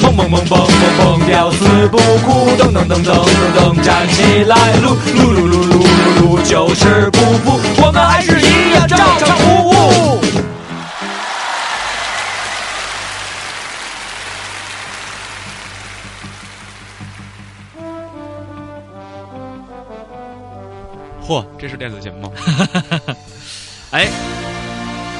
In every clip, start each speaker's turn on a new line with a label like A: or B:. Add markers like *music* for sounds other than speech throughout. A: 蹦蹦蹦蹦蹦，吊死不哭，噔噔噔噔噔噔，站起来，撸撸撸撸撸撸撸，就是不服，我们还是一样照常服务。
B: 嚯，这是电子琴吗？
C: *laughs* 哎，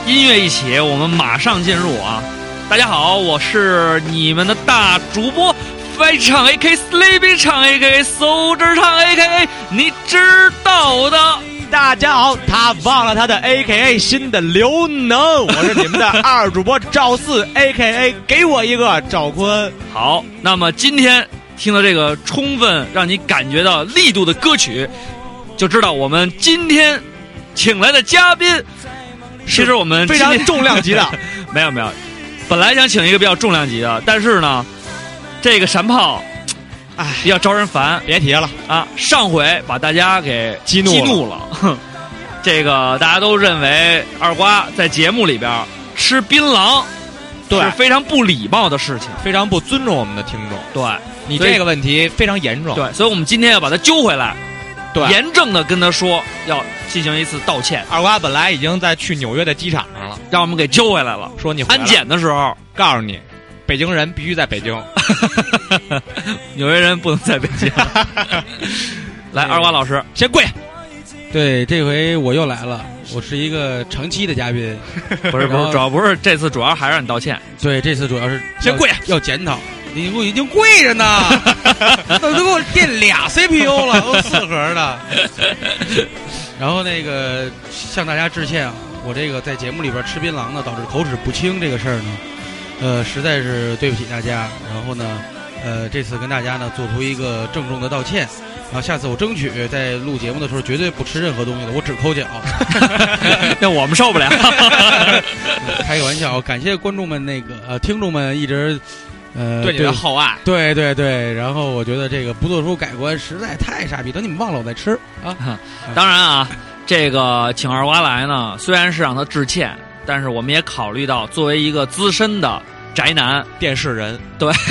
C: 音乐一起，我们马上进入啊！大家好，我是你们的大主播，翻唱 A K Sleepy 唱 A K 搜汁唱 A K，你知道的。
D: 大家好，他忘了他的 A K A 新的刘能，我是你们的二主播赵四 A K A，给我一个赵坤。
C: 好，那么今天听了这个充分让你感觉到力度的歌曲，就知道我们今天请来的嘉宾，其实我们
D: 非
C: 今
D: 常
C: 天
D: 重量级的，
C: *laughs* 没有没有，本来想请一个比较重量级的，但是呢，这个闪炮，
D: 唉
C: 比较招人烦
D: 别提了，
C: 啊。上回把大家给
D: 激怒了
C: 激怒了，哼这个大家都认为二瓜在节目里边吃槟榔
D: 对
C: 是非常不礼貌的事情，
D: 非常不尊重我们的听众。
C: 对
D: 你
C: 所以
D: 这个问题非常严重，
C: 对，所以我们今天要把他揪回来，
D: 对
C: 严正的跟他说要进行一次道歉，
D: 二瓜本来已经在去纽约的机场上了，
C: 让我们给揪回来了。
D: 说你回来
C: 安
D: 了，
C: 检的时候，
D: 告诉 *laughs* 你，北京人必须在北 *laughs* 京。
C: 纽约人不能在北京。来，二瓜老师，
D: 先跪，
E: 对，这回我又来了，我是一个长期的嘉宾。
C: *laughs* 不是不是，
E: 然后
C: 主要不是这次，主要还是让你道歉。
E: 对，这次主要是
C: 先
E: 要
C: 跪，
E: 要检讨。你我已经跪
C: *laughs*
E: 着呢，怎么都给我垫俩 CPU 了，都四核的。然后那个向大家致歉啊，我这个在节目里边吃槟榔呢，导致口齿不清这个事儿呢，呃，实在是对不起大家。然后呢，呃，这次跟大家呢做出一个郑重的道歉。然后下次我争取在录节目的时候绝对不吃任何东西的，我只抠脚。
C: *laughs*
E: *laughs*
C: 那我们受不了。
E: 开个玩笑，感谢观众们那个呃听众们一直呃
D: 对你的厚爱，
E: 对对对，然后我觉得这个不做出改观实在太傻逼，等你们忘了我再吃啊。
C: 当然啊，这个请二瓜来呢，虽然是让他致歉，但是我们也考虑到作为一个资深的宅男，
D: 电视人，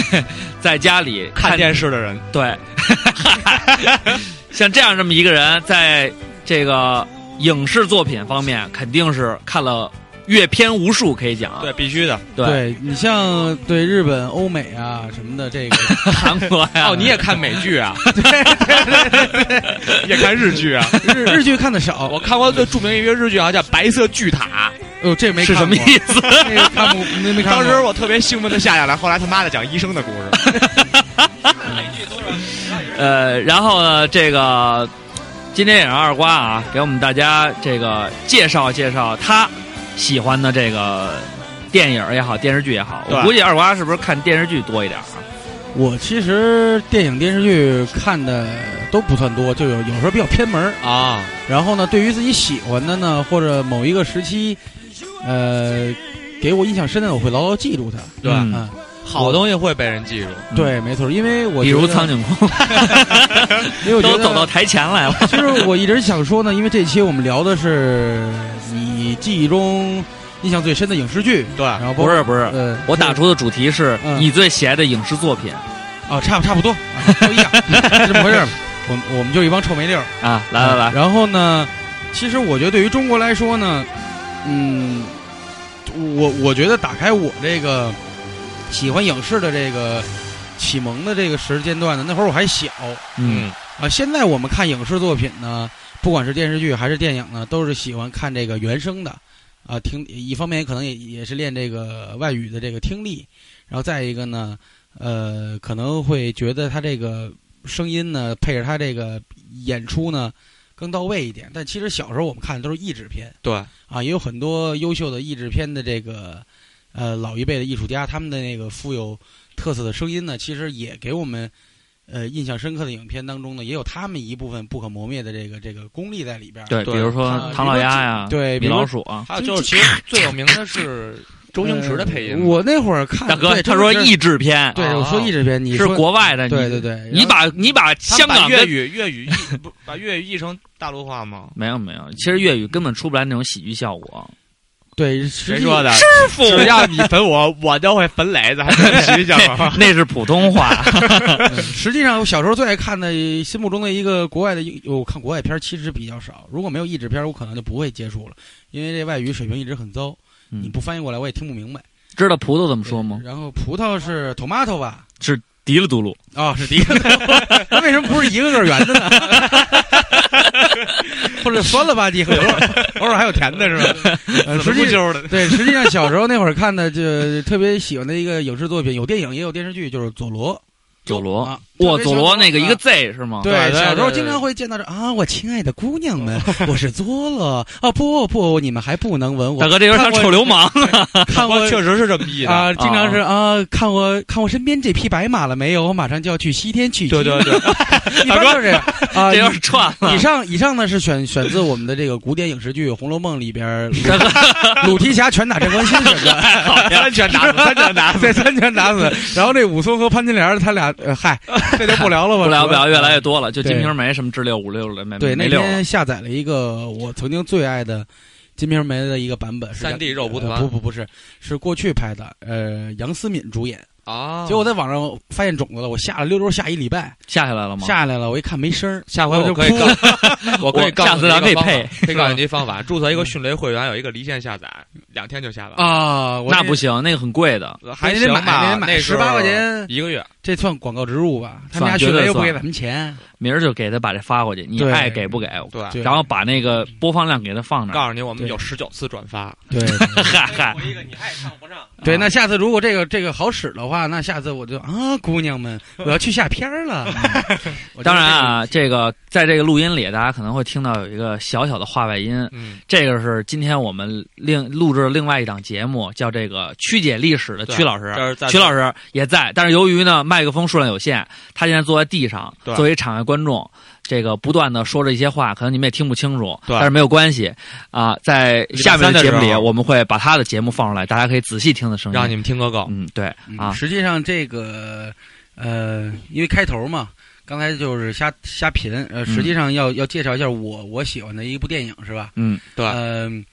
C: *laughs* 在家里
D: 看电视的人，
C: 对， *laughs* 像这样这么一个人，在这个影视作品方面，肯定是看了阅片无数，可以讲。啊
D: 对，必须的。
C: 对
E: 你像对日本、欧美啊什么的，这 *laughs* 个
C: 韩国呀，
D: 哦，你也看美剧啊？对对 *laughs* 对，也看日剧啊？
E: 日日剧看的少，
D: 我看过最著名一个日剧，好啊像叫《白色巨塔
E: 哦，这没
C: 是
E: 看
C: 什么
E: 过
C: 意思？
E: 这个看不 *laughs* 没没》。看
D: 当
E: 过。
D: 时我特别兴奋的下下来，后来他妈的讲医生的故事。
C: 呃，然后呢，这个今天也让二瓜啊，给我们大家这个介绍介绍他喜欢的这个电影也好，电视剧也好。我
D: 对
C: 估计二瓜是不是看电视剧多一点啊？
E: 我其实电影电视剧看的都不算多，就有有时候比较偏门儿
D: 啊，
E: 然后呢，对于自己喜欢的呢，或者某一个时期，呃，给我印象深的，我会牢牢记住它。
C: 对吧
E: 啊，
D: 好东西会被人记住。嗯
E: 对，没错，因为我
C: 比如
E: 觉
C: *laughs*
E: 得
C: 苍，井空
E: 因为我觉
C: 都
E: 得
C: 走到。台前来了。
E: *laughs* 其实我一直想说呢，因为这期我们聊的是你记忆中印象最深的影视剧，
D: 对，
E: 然后包括
C: 不是不是，
E: 呃，
C: 我打出的主题是
E: 嗯
C: 你最喜爱的影视作品
E: 啊，差不差不多，啊
C: *laughs*
E: 都一样，是这么回事儿。我们我们就是一帮臭没溜儿。
C: 啊！来来
E: 嗯
C: 来，
E: 然后呢，其实我觉得对于中国来说呢，嗯，我我觉得打开我这个喜欢影视的这个启蒙的这个时间段呢，那会儿我还小
C: *laughs* 嗯，
E: 啊。现在我们看影视作品呢，不管是电视剧还是电影呢，都是喜欢看这个原声的啊。听一方面可能也也是练这个外语的这个听力，然后再一个呢，呃，可能会觉得他这个声音呢，配着他这个演出呢，更到位一点。但其实小时候我们看的都是译制片，
D: 对
E: 啊，也有很多优秀的译制片的这个呃老一辈的艺术家，他们的那个富有特色的声音呢，其实也给我们呃印象深刻的影片当中呢，也有他们一部分不可磨灭的这个这个功力在里边儿。
C: 对，比
D: 对
C: 如说
E: 啊
C: 唐老鸭呀，
E: 对
C: 米
E: 比如
C: 老鼠啊，
D: 还有就是，其实最有名的是周星驰的配
E: *laughs*
D: 音。
E: 呃我那会儿看，
C: 大哥
E: 对，
C: 他说，
E: 周星
C: 译制片啊
E: 驰对，我说
D: 哦
E: 译制片，你
C: 是
E: 说
C: 国外的，
E: 对
C: 你
E: 对对，
C: 你
E: 然后
C: 把你把
D: 他们
C: *laughs* 香
D: 把
C: 港
D: 粤
C: 跟
D: 语粤语
C: *laughs*
D: 译不把粤语译成大陆话吗？
C: 没有没有，其实粤语根本出不来那种喜剧效果。
E: 对，
D: 谁说的？
C: 师傅，
D: 只要你粉我，
C: *laughs*
D: 我都会粉雷子，还真
E: *laughs*
D: 实讲啊吗？
C: 那是普通话。
E: 嗯实际上，我小时候最爱看的，心目中的一个国外的英，我看国外片儿其实比较少。如果没有译制片儿，我可能就不会接触了，因为这外语水平一直很糟，
C: 嗯
E: 你不翻译过来我也听不明白。
C: 知道葡萄怎么说吗？
E: 然后葡萄是 tomato 吧？
B: 嘀了嘟噜，
E: 啊、是第一个。那 *laughs* 为什么不是一个个圆的呢？ *laughs* 或者酸了吧唧，偶尔偶尔还有甜的
C: *laughs*
E: 是吧？呃、实际
D: 揪的，
E: 对，实际上小时候那会儿看的，就特别喜欢的一个影视作品，有电影也有电视剧，就是佐罗。
C: 佐罗，
E: 啊，
C: 哇，
E: *laughs* 特别
C: 佐罗
E: 像
C: 那个一
E: 啊
C: 个 Z 是吗？
E: 对
D: 对，对
E: 小时候
D: 对
E: 经常会见到这啊，我亲爱的姑娘们，我是作了啊！不不，你们还不能吻
C: 大
E: 我，
C: 哥，这有点像臭流氓。
E: *laughs*
C: 啊
E: 看我
D: 我确实是这么译的。
E: 啊，经常是啊，看我看我身边这匹白马了没有？我马上就要去西天取经。
D: 对对对，
E: 一般就是这样啊。
C: 这要
E: 以
C: 是串了，
E: 以上以上呢是选选自我们的这个古典影视剧《红楼梦》里边儿，鲁提辖拳打镇关西选的。 *laughs*
D: 三拳打死，三拳打死。
E: 对，三拳打死。然后这武松和潘金莲他俩，呃嗨，这就不聊了
C: *laughs*
E: 吧？
C: 不聊不聊，越来
E: 越。
C: 越多了，就《
E: 对
C: 金瓶梅》什么之六五六了没？
E: 对，
C: 没
E: 那
C: 六
E: 天
D: 啊
C: 了。
E: 下载了一个我曾经最爱的《金瓶梅》的一个版本，是
D: 3D
E: 杨
D: 肉蒲团
E: 呃不不不是，是过去拍的，呃，杨思敏主演。
D: 啊
E: 结果我在网上发现种子了，我下了溜溜下一礼拜，
C: 下下来了吗？
E: 下来了，我一看没声儿，
D: *laughs* 下回
E: 我就
D: 可以
E: 哭
D: 告，
B: *laughs*
D: 我可以告
C: 下
D: 诉
C: 次
D: 你
C: 咱
D: 一个
C: 可以
D: 方法
C: 配，
D: 可以告诉你一方
E: *laughs* 嗯
D: 法，注册一个迅雷会员，有一个离线下载，两天就下载了。
E: 啊，我
C: 那不行，那个很贵的。
D: 呃还
E: 你
D: 行
E: 得买你
D: 吧
E: 得，买
D: 那时候
E: 18块钱
D: 一个月。
E: 这算广告植入吧？他们
C: 算
E: 家
C: 绝
E: 迅
C: 对
E: 雷又不
C: 算
E: 给咱们钱，
C: 明儿就给他把这发过去，你
E: 对
C: 爱给不给？
D: 对，
E: 对
C: 然后把那个播放量给他放那儿。
D: 告诉你，我们有十九次转发。
E: 对对
C: *laughs* 嗨嗨，
D: 一个你爱唱不上，
E: 对，那下次如果这个这个好使的话，那下次我就啊，姑娘们，我要去下片儿了。我就
C: 当然啊，这个在这个录音里，大家可能会听到有一个小小的话外音，
D: 嗯，
C: 这个是今天我们另录制的另外一档节目，叫这个曲解历史的
D: 对
C: 曲老师。
D: 这是在
C: 曲老师也在，但是由于呢麦克风数量有限，他现在坐在地上，
D: 对
C: 作为场外观众，这个不断的说着一些话，可能你们也听不清楚，
D: 对
C: 但是没有关系啊、在下面的
D: 礼拜
C: 节目
D: 三的
C: 里，
D: 时候
C: 我们会把他的节目放出来，大家可以仔细听的声音。
D: 让你们听个够。
C: 嗯，对
E: 嗯
C: 啊，
E: 实际上这个呃，因为开头嘛，刚才就是瞎瞎贫，
C: 嗯
E: 呃，实际上要、要介绍一下我我喜欢的一部电影是吧？
C: 嗯，
D: 对
E: 嗯、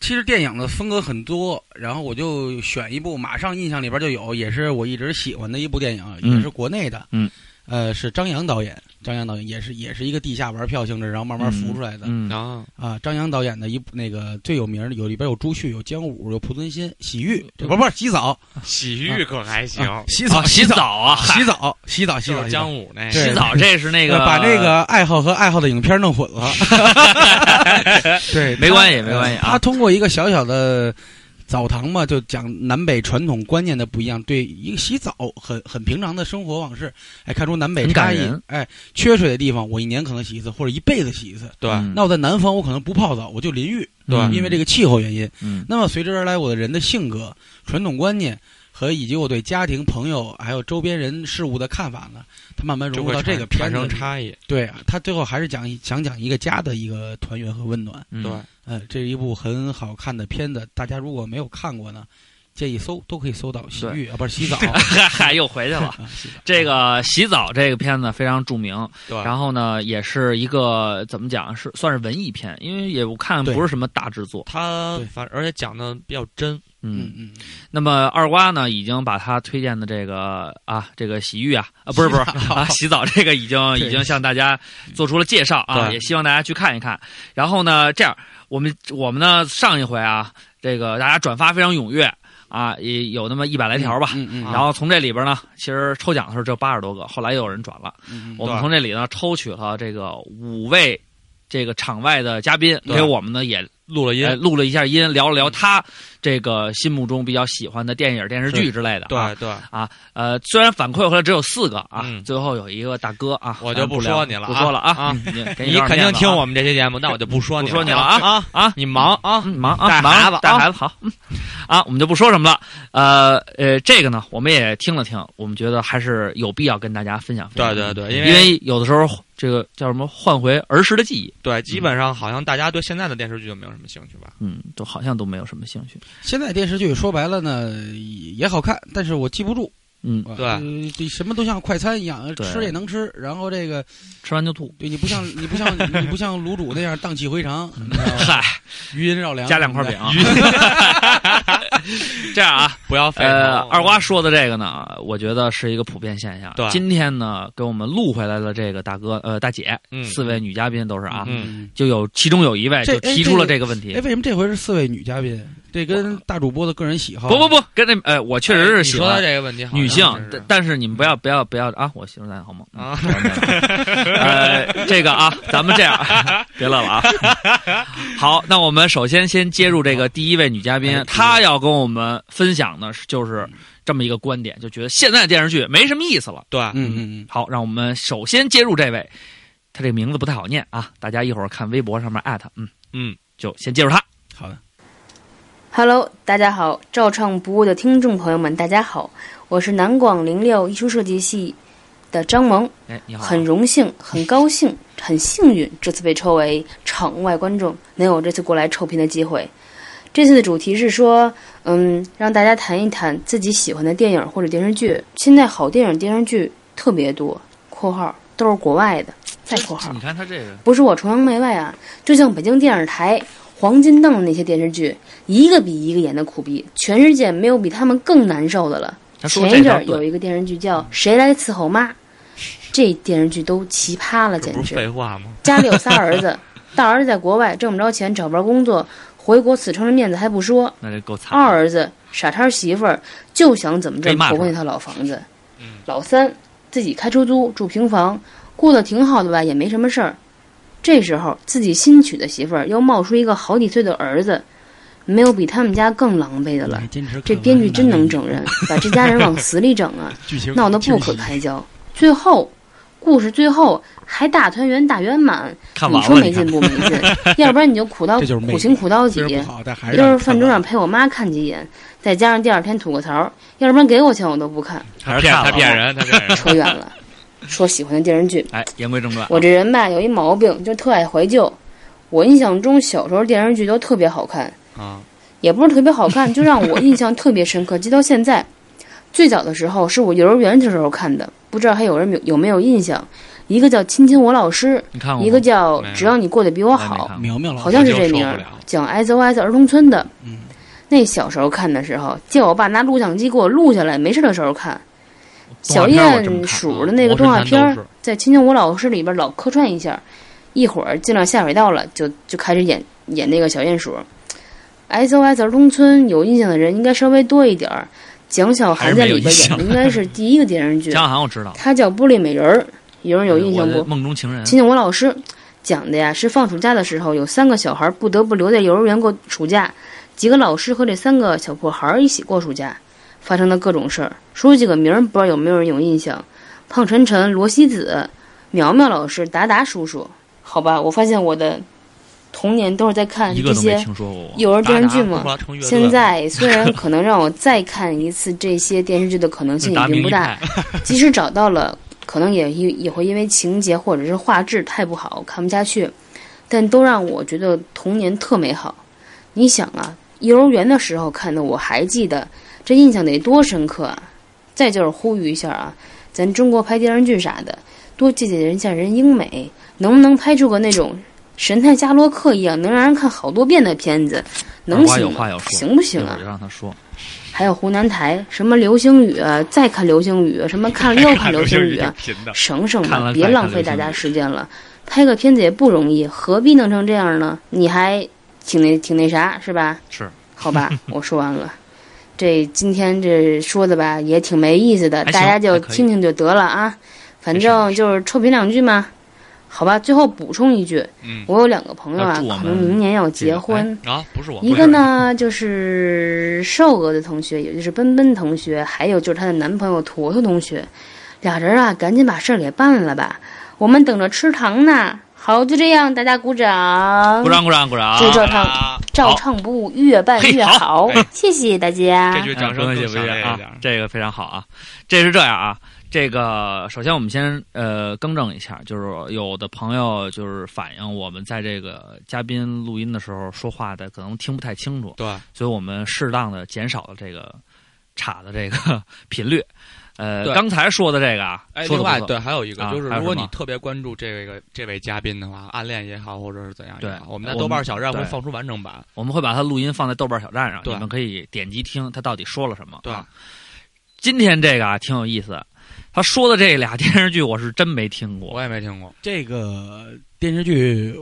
E: 其实电影的风格很多，然后我就选一部，马上印象里边就有，也是我一直喜欢的一部电影，
C: 嗯
E: 也是国内的，
C: 嗯，
E: 呃，是张扬导演，张扬导演也是也是一个地下玩票性质，然后慢慢浮出来的，
C: 嗯，
D: 啊，
E: 啊，张扬导演的一部那个最有名的有里边有朱旭、有姜武、有濮存昕、洗浴，
C: 嗯
E: 这不不是
C: *laughs*
E: 洗澡，
D: 洗浴可还行，
E: 啊洗
C: 啊
E: 澡、
C: 洗
E: 洗澡、
C: 澡啊，
E: 洗澡、洗澡、洗
D: 就
E: 澡、
D: 是
E: 洗
D: 姜武那
E: 对
C: 洗
E: *laughs*
C: 澡，这是那
E: 那
C: 个
E: 把那个爱好和爱好的影片弄混了。对，
C: 没关系
E: 他
C: 没关系啊
E: 他通过一个小小的澡堂嘛，就讲南北传统观念的不一样，对一个洗澡很很平常的生活往事，哎，看出南北
C: 很
E: 差
C: 感
E: 异
C: 人。
E: 哎，缺水的地方，我一年可能洗一次，或者一辈子洗一次。
D: 对
C: 嗯
E: 那我在南方，我可能不泡澡，我就淋浴，
D: 对
E: 因为这个气候原因。
C: 嗯
E: 那么随之而来，我的人的性格、传统观念和以及我对家庭、朋友还有周边人事物的看法呢，它慢慢
D: 就
E: 融入
D: 会
E: 到这个
D: 产
E: 片子
D: 生
E: 里。
D: 差异。
E: 对啊，他最后还是讲一想讲一个家的一个团圆和温暖。
C: 嗯
D: 对，
E: 呃，这是一部很好看的片子，大家如果没有看过呢，建议搜都可以搜到洗浴啊，不是洗
C: *laughs*
E: 澡。
C: 嗨嗨，又回去
E: *laughs*
C: 了。
E: 啊洗澡
C: 这个洗澡这个片子非常著名，
D: 对
C: 然后呢，也是一个怎么讲是算是文艺片，因为也我看
E: 对
C: 不是什么大制作，
D: 他
E: 对
D: 反而且讲的比较真，
E: 嗯
C: 嗯，
E: 嗯，
C: 那么二瓜呢，已经把他推荐的这个啊，这个洗浴啊，啊不是不是啊，洗澡这个已经
E: 对
C: 已经向大家做出了介绍啊，
D: 对
C: 也希望大家去看一看。然后呢，这样我们我们呢上一回啊，这个大家转发非常踊跃啊，也有那么一百来条吧。
E: 嗯嗯，
C: 然后从这里边呢，其实抽奖的时候只有八十多个，后来又有人转了。
E: 嗯嗯
C: 我们
D: 对
C: 从这里呢抽取了这个五位这个场外的嘉宾，
D: 对
C: 给我们呢也
D: 录了音嗯
C: 呃，录了一下音，聊了聊他这个心目中比较喜欢的电影、电视剧之类的、啊。
D: 对对，
C: 呃，虽然反馈回来只有四个啊，
D: 嗯
C: 最后有一个大哥啊，
D: 我就
C: 咱不
D: 不
C: 聊
D: 说你了
C: 不
D: 啊
C: 说了啊
D: 啊，
C: 嗯你给
D: 你
C: 点
D: 肯定
C: 面子啊
D: 听我们这期节目，那我就不说
C: 不
D: 你
C: 说你了
D: 了
C: 啊
D: 啊！
C: 啊。
D: 你忙啊，
C: 嗯，忙啊，
D: 带
C: 忙
D: 孩子
C: 带
D: 啊
C: 孩子好，嗯啊，我们就不说什么了。呃呃，这个呢，我们也听了听，我们觉得还是有必要跟大家分享分享。
D: 对对对，
C: 因
D: 因为
C: 有的时候这个叫什么，换回儿时的记忆，
D: 对，基本上好像大家对现在的电视剧就没有什么兴趣吧？
C: 嗯，都好像都没有什么兴趣。
E: 现在电视剧说白了呢也也好看，但是我记不住。
D: 嗯，
C: 对
E: 嗯，这什么都像快餐一样，呃
D: 对
E: 吃也能吃，然后这个
C: 吃完就吐。
E: 对你不像
C: *laughs*
E: 你不像你不像卤煮那样荡气回肠，你知道吧
C: 嗨，
E: 余音绕梁，
D: 加两块饼，
C: *laughs*
E: *laughs*
C: 这样啊，
B: 不要废
C: 呃，
B: 话。
C: 二瓜说的这个呢，我觉得是一个普遍现象。
B: 对
C: 今天呢，给我们录回来的这个大哥呃大姐，
B: 嗯
C: 四位女嘉宾都是啊，
E: 嗯。
C: 就有其中有一位
E: 这
C: 哎就提出了这个问
E: 哎，
C: 题。
E: 为什么这回是四位女嘉宾？这跟大主播的个人喜好
C: 不不不，跟那呃，我确实是
B: 哎你
C: 喜
B: 说到
C: 欢
B: 这个问题好像
C: 女性
B: 真，是
C: 但但是你们不要不要不要啊！我形容咱好吗？
B: 啊，
C: 呃，这个啊，咱们这样， *laughs* 别乐了啊。好，那我们首先先接入这个第一位女嘉
B: 哎
C: 宾，她要跟我们分享的是就是这么一个观点，就觉得现在电视剧没什么意思了。
B: 对，
E: 嗯嗯
C: 好，让我们首先接入这位，她这个名字不太好念啊，大家一会儿看微博上面艾特，嗯
B: 嗯，
C: 就先接入她。
E: 嗯，好的，
F: Hello，大家好，照唱不误的听众朋友们，大家好，我是南广零六艺术设计系的张萌，
C: 哎，你好啊，
F: 很荣幸，很高兴，很幸运，这次被抽为场外观众，能有这次过来臭片的机会。这次的主题是说，嗯，让大家谈一谈自己喜欢的电影或者电视剧。现在好电影、电视剧特别多（括号都是国外的），再括号
C: 你看她这个，
F: 不是我崇洋媚外啊，就像北京电视台黄金档的那些电视剧，一个比一个演的苦逼，全世界没有比他们更难受的了。
C: 她说
F: 前
C: 这
F: 一阵
C: 条
F: 儿有
C: 对，
F: 一个电视剧叫《谁来伺候妈》，这电视剧都奇葩了，
B: 这
F: 简
B: 不是
F: 直。
B: 废话吗？
F: 家里有仨儿子， *laughs* 大儿子在国外挣不着钱，找不着工作，回国死撑着面子还不说，
C: 那就够惨。
F: 二儿子傻叉媳妇儿就想怎么
C: 被
F: 挣
C: 骂
F: 婆
C: 出
F: 婆
C: 来
F: 那套老房子，
E: 嗯
F: 老三自己开出租住平房，过得挺好的吧，也没什么事儿。这时候自己新娶的媳妇儿又冒出一个好几岁的儿子，没有比他们家更狼狈的了
E: 你。坚持看
F: 这
E: 完
F: 编剧真
E: 男
F: 能
E: 的 *laughs*
F: 整人，把这家人往死里整啊！
E: 剧情
F: 闹得不可开交。最后，故事最后还大团圆大圆满，
C: 看
F: 你
C: 完
F: 说
C: 了
F: 没
C: 你看
F: 劲
E: *laughs*
F: 不没劲？要不然你就苦到
E: 这就是魅力
F: 苦情苦到啊底
E: 虽。然不好，但还是
F: 要
E: 让
F: 是
E: 你看
F: 饭桌
E: 完
F: 上陪我妈看几眼，再加上第二天吐个槽，要不然给我钱我都不看。
C: 还是
B: 骗
C: 看
B: 他
C: 了
B: 骗人，他骗
F: *laughs*
B: 人。
F: 扯远了，说喜欢的电视剧，
C: 哎，言归正传，
F: 我这人吧有一毛病，就特爱怀旧。我印象中小时候电视剧都特别好看，
B: 啊，
F: 也不是特别好看，就让我印象特别深刻，记到现在。最早的时候是我幼儿园的时候看的，不知道还有人有有没有印象？一个叫《亲亲我老师
C: 你看》，过
F: 一个叫
B: 没有
F: 《只要你过得比我
C: 我还没
F: 好
C: 看》，过
E: 苗苗老
F: 好
E: 师
F: 像是这名
B: 我
F: 儿
B: 就受不了，
F: 讲 SOS 儿童村的。
E: 嗯
F: 那小时候看的时候，借我爸拿录像机给我录下来，没事的时候看。小鼹鼠的那个动画片儿，在《亲亲我老师》里边老客串一下，一会儿进了下水道了，就就开始演演那个小鼹鼠。SOS 儿童村有印象的人应该稍微多一点儿。蒋小
C: 还
F: 涵
C: 是
F: 在
C: 没有
F: 里边
C: 印
F: 演
C: 象
F: 的应该是第一个电
C: *laughs*
F: 视剧，
C: 江涵我知道，
F: 她叫玻璃美人儿，有人有印象
C: 我的
F: 不？
C: 梦中情人，
F: 亲亲我老师讲的呀，是放暑假的时候，有三个小孩不得不留在幼儿园过暑假，几个老师和这三个小破孩儿一起过暑假，发生的各种事儿。说几个名儿，不知道有没有人有印象？胖晨晨、罗西子、苗苗老师、达达叔叔。好吧，我发现我的童年都是在看
C: 一个
F: 这
C: 都没
F: 些
C: 听说过我。
F: 幼儿电视剧嘛。
B: 达达不出来成乐队
F: 现在虽然可能让我再看一次这些电视剧的可能性
C: 达
F: 也并
C: 明
F: 不
C: 一
F: 大
C: 派，，
F: 即使找到了，可能也因也会因为情节或者是画质太不好看不下去，但都让我觉得童年特美好。你想啊，幼儿园的时候看的，我还记得，这印象得多深刻啊！再就是呼吁一下啊，咱中国拍电视剧啥的，多借鉴人家人英美，能不能拍出个那种神探夏洛克一样能让人看好多遍的片
C: 啊
F: 子？能
C: 二瓜有
F: 行
C: 话
F: 吗
C: 要？说
F: 行不行
C: 一会
F: 啊
C: 儿就？让他说。
F: 还有湖南台什么流星雨啊，再看流星雨，啊什么看了又
C: *laughs*
F: 看流星雨啊，
B: 挺贫的，
F: 省省
C: 看了
F: 吧，别
C: 看
F: 浪
C: 看
F: 费
C: 流
F: 大
C: 星
F: 家时间了。拍个片子也不容易，何必弄成这样呢？你还挺那挺那啥是吧？
B: 是，
F: *laughs* 好吧，我说完了。这今天这说的吧，也挺没意思的，
C: 还
F: 大
C: 行
F: 家就
C: 还可以
F: 听听就得了啊。反正就是臭贫两句嘛，好吧。最后补充一句，
B: 嗯
F: 我有两个朋友
C: 要
F: 啊
C: 祝我，
F: 可能
C: 们
F: 明年要
C: 这
F: 结
C: 个哎
F: 婚，
B: 啊，不是我，
F: 一个呢就是瘦鹅的同学，也就是奔奔同学，还有就是她的男朋友坨坨同学，俩人啊，赶紧把事儿给办了吧，我们等着吃糖呢。好，就这样，大家鼓掌，
C: 鼓掌鼓掌鼓啊掌！
F: 祝照唱照唱不误，越办越
C: 嘿
F: 好
C: 好
B: 哎。
F: 谢谢大家。
B: 这句掌声
C: 哎不
B: 更
C: 用谢
B: 响
C: 不谢
B: 亮一点
C: 啊，。这个非常好啊。这是这样啊，这个首先我们先呃更正一下，就是有的朋友就是反映我们在这个嘉宾录音的时候说话的可能听不太清楚，
B: 对，
C: *laughs* 所以我们适当的减少了这个岔的这个 *laughs* 频率。呃，
B: 对
C: 刚才说的这个啊，
B: 哎，
C: 说的
B: 另外
C: 不错
B: 对，还有一个
C: 啊
B: 就是，
C: 还有
B: 如果
C: 什么
B: 你特别关注这个这位嘉宾的话，暗恋也好，或者是怎样啊也
C: 对
B: 好，我们在
C: 我
B: 豆瓣
C: 们
B: 小站会
C: 对
B: 放出完整版。
C: 我们会把它录音放在豆瓣小站上，
B: 对
C: 你们可以点击听他到底说了什么。
B: 对
C: 啊，今天这个啊挺有意思，他说的这俩电视剧我是真没听过。
B: 我也没听过，
E: 这个呃电视剧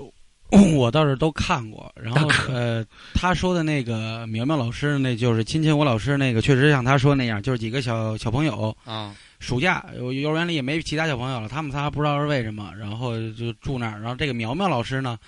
E: *clears throat* 我倒是都看过，然后呃，他说的那个苗苗老师，那就是亲亲我老师那个，确实像他说那样，就是几个小小朋友，
B: 啊，
E: 暑假幼幼儿园里也没其他小朋友了，他们仨不知道是为什么，然后就住那儿，然后这个苗苗老师呢。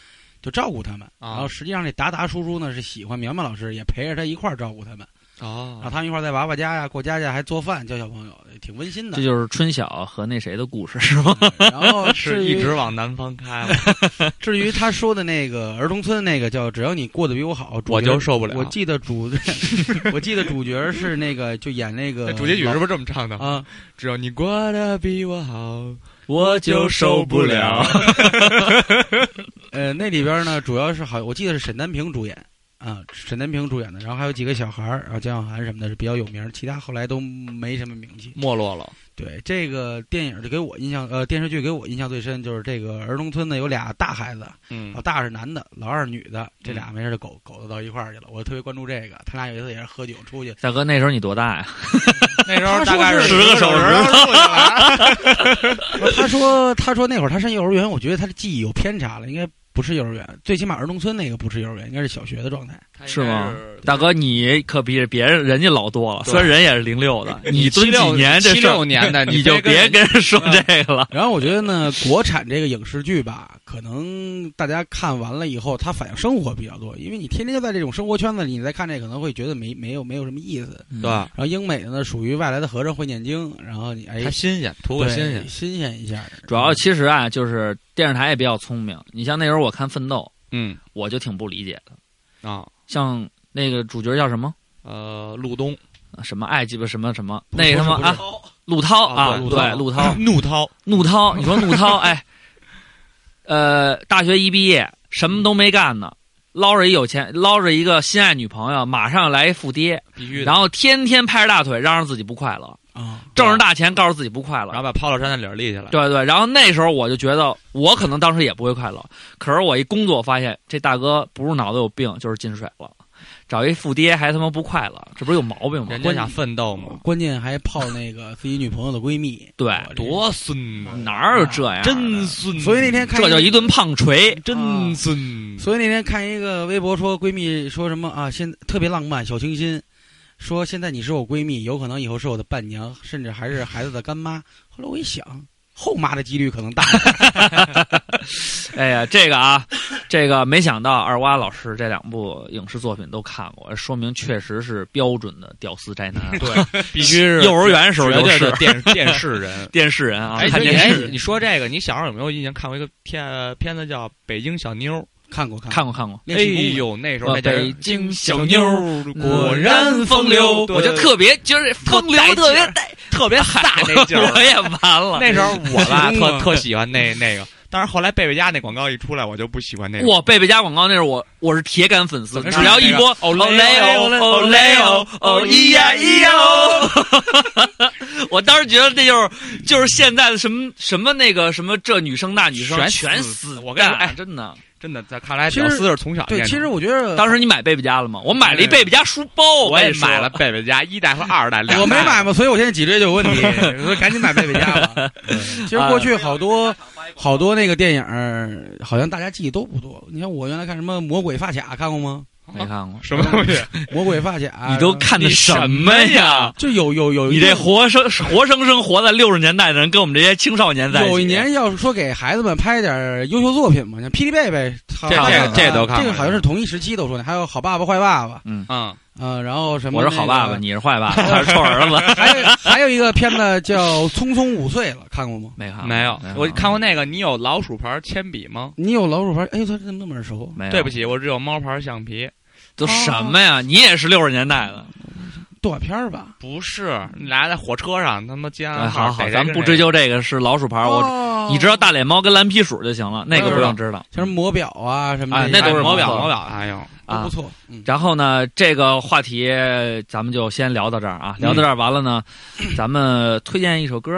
E: 就照顾他们，
B: 啊
E: 然后实际上这达达叔叔呢是喜欢苗苗老师，也陪着他一块儿照顾他们，然后
B: 哦，
E: 啊他们一块儿在娃娃家呀、过家家，还做饭教小朋友，也挺温馨的
C: 这。就是春晓和那谁的故
B: 嗯
C: 事是吗？
E: 然
B: *laughs*
E: 后至于
B: 往南方开了，
E: *laughs* 至于他说的那个儿童村那个叫“只要你过得比我好”，主角
B: 我就受不了
E: 我记得主， *laughs* 我记得主角是那个就演那个
B: 那 *laughs* 主题曲是不是这么唱的？
E: 啊，
B: 只要你过得比我好，
C: 我
B: 就受不了。
E: *laughs* 呃，那里边呢主要是好，我记得是沈丹平主演啊，沈丹平主演的，然后还有几个小孩儿，然后姜晓涵什么的是比较有名，其他后来都没什么名气。
B: *laughs* 没落了。
E: 对这个电影就给我印象，呃，电视剧给我印象最深就是这个儿童村呢有俩大孩子，
B: 嗯
E: 老大是男的，老二是女的，这俩没事就狗狗子到一块儿去了。我特别关注这个，他俩有一次也是喝酒出去。
C: *laughs* 大哥，那时候你多大呀？
B: *laughs* 那时候
E: 他
B: 大
E: 说
B: 概
E: 是
B: 十个手指， *laughs*
E: 不是他说，他说那会儿他上幼儿园，我觉得他的记忆有偏差了，应该不是幼儿园，最起码儿童村那个不是幼儿园，应该是小学的状态。
C: 是吗？大哥，你可比别人人家老多了，虽然人也是零六
E: *laughs*
C: 的，你蹲几年这
B: 七
C: 事儿
B: 六
C: *laughs*
B: 年的，
C: 你就别跟人说这个了。
E: 啊然后我觉得呢，国产这个影视剧吧，可能大家看完了以后，它反映生活比较多，因为你天天就在这种生活圈子里，你再看这可能会觉得没没有没有什么意思。
B: 对，
E: 然后英美的呢，属于外来的和尚会念经，然后你哎
B: 他，新鲜，图个
E: 对
B: 新鲜。
E: 新鲜一下。
C: 主要其实啊，就是电视台也比较聪明。你像那时候我看《奋斗
B: 嗯》，
C: 我就挺不理解的。
B: 啊，
C: 像那个主角叫什么啊
B: 呃，路东
C: 什么爱鸡巴什么什么，那他妈
E: 不是
C: 啊，陆涛
B: 啊
C: 啊，
B: 对陆涛
C: 对，陆涛，
D: 怒涛，
C: 怒涛，你说怒涛，哎，呃，大学一毕业什么都没干呢，捞着一有钱，捞着一个心爱女朋友，马上来一富爹，
B: 必须的，
C: 然后天天拍着大腿嚷嚷自己不快乐，
E: 啊，
C: 挣着大钱告诉自己不快乐
B: 然，后把抛到山的理儿立起来。
C: 对对，然后那时候我就觉得，我可能当时也不会快乐。可是我一工作发现，这大哥不是脑子有病，就是进水了，找一富爹还他妈不快乐，这不是有毛病吗？
B: 人家想奋斗嘛，
E: 关键还泡那个自己女朋友的闺蜜，
C: 对
E: 我这
B: 多孙子，
C: 哪有这样的？
B: 孙
E: 所以那天看
C: 这叫一顿胖锤。
E: 啊
B: 孙
E: 所以那天看一个微博说，闺蜜说什么啊，现特别浪漫，小清新，说现在你是我闺蜜，有可能以后是我的伴娘，甚至还是孩子的干妈。后来我一想，后妈的几率可能
B: *laughs*
E: 大。
C: *laughs* 哎呀，这个啊，这个没想到二蛙老师这两部影视作品都看过，说明确实是标准的屌丝宅男。
B: *laughs*
C: *laughs*
B: 对，必须是
C: 幼儿园时候
B: 绝
C: 就
B: 对的
C: 是。
B: 电电视人
C: *laughs* 电视人啊，
B: 哎，
C: 看
B: 你
C: 电
B: 哎
C: 视
B: 你说这个，你小时候有没有印象看过一个片呃片子叫《北京小妞
E: 看过看
C: 看过看过。》？
E: 练
B: 哎
E: 气功的
B: 呦，那时候那叫
C: 北京小妞
B: 儿
E: 果
B: 哎然风流
C: 我就特别就是风流
B: 特带劲儿
C: 特别带特别嗨
B: *laughs* 那劲 *laughs* 儿
C: 我也完 *laughs* 了。
B: 那时候我吧，
E: 气功
B: 特
E: 嘛
B: 特喜欢那那个，但是后来贝贝家那广告一出来，我就不喜欢那个。
C: 哇，贝贝家广告那是我我是铁杆粉丝，
B: 怎么
C: 只要一播
B: 哦
C: 哦
B: 嘞
C: 嘞
B: 哦
C: 哦
B: 嘞
C: 哦嘞哦
B: 哦
C: 哦咿呀咿呀哦， *laughs* 我当时觉得这就是就是现在的什么什么那个什么这女生那女生
B: 全
C: 全
B: 死
C: 死
B: 我跟你说
C: 干
B: 哎
C: 真的。
B: 真的，在看来
E: 其实
B: 屌丝是从小
E: 对，
B: 练
E: 其
B: 的
E: 实我觉得
C: 当时你买贝贝家了吗？我买了一贝贝家书包，
B: 我也
C: 跟你说
B: 买了贝贝家一代和二代，两代
E: 我没买嘛，所以我现在脊椎就有
B: *laughs*
E: 问题，所以赶紧买贝贝家吧。其实过去好多好多那个电影儿，好像大家记忆都不多。你像我原来看什么《魔鬼发卡》，看过吗？
C: 没看过。
B: 什么东西，
E: 《魔鬼发卡》
C: *laughs* 你都看的什么呀？
E: 就有有有
C: 你
E: 一
C: 这
E: 个
C: 活生活生生活在六十年代的人，跟我们这些青少年在一起，
E: 有一年要是说给孩子们拍点儿优秀作品嘛，像《霹雳贝贝》好，
B: 这
E: 好
B: 这
E: 像
B: 这都看过
E: 这个好像是同一时期都说的，还有《好爸爸坏爸爸
B: 嗯，》
E: 呃，然后什么
C: 我是好爸
E: 那
C: 爸，
E: 个
C: 你是坏爸爸，他是臭儿子。
E: *laughs* 还有还有一个片子叫《匆匆五岁了》，看过吗？
C: 没看过，
B: 没有，我看过
C: 过
B: 那个，你有老鼠牌铅笔吗？
E: 你有老鼠牌？哎呦，他怎么那么耳熟？啊
C: 没有
B: 对不，起，我只有猫牌橡皮。
C: 都什么呀？你也是六十年代的。
E: 动画片儿吧？
B: 不是，你俩在火车上，他妈接
C: 哎
B: 暗号。
C: 好好，
B: 逮谁
C: 咱们
B: 跟
C: 不
B: 谁
C: 追。究这个是老鼠牌，我
E: 哦哦
C: 你知道大脸猫跟蓝皮鼠就行了，那个不用知道
E: 像什么魔表啊什么
C: 啊，
E: 的，
C: 那都是毛表
E: 都
C: 毛表
B: 哎呦，
C: 啊
E: 不。错。嗯，
C: 然后呢，这个话题咱们就先聊到这儿
B: 嗯
C: 啊，聊到这儿完了
B: *clears throat*
C: 呢，咱们推荐一首歌，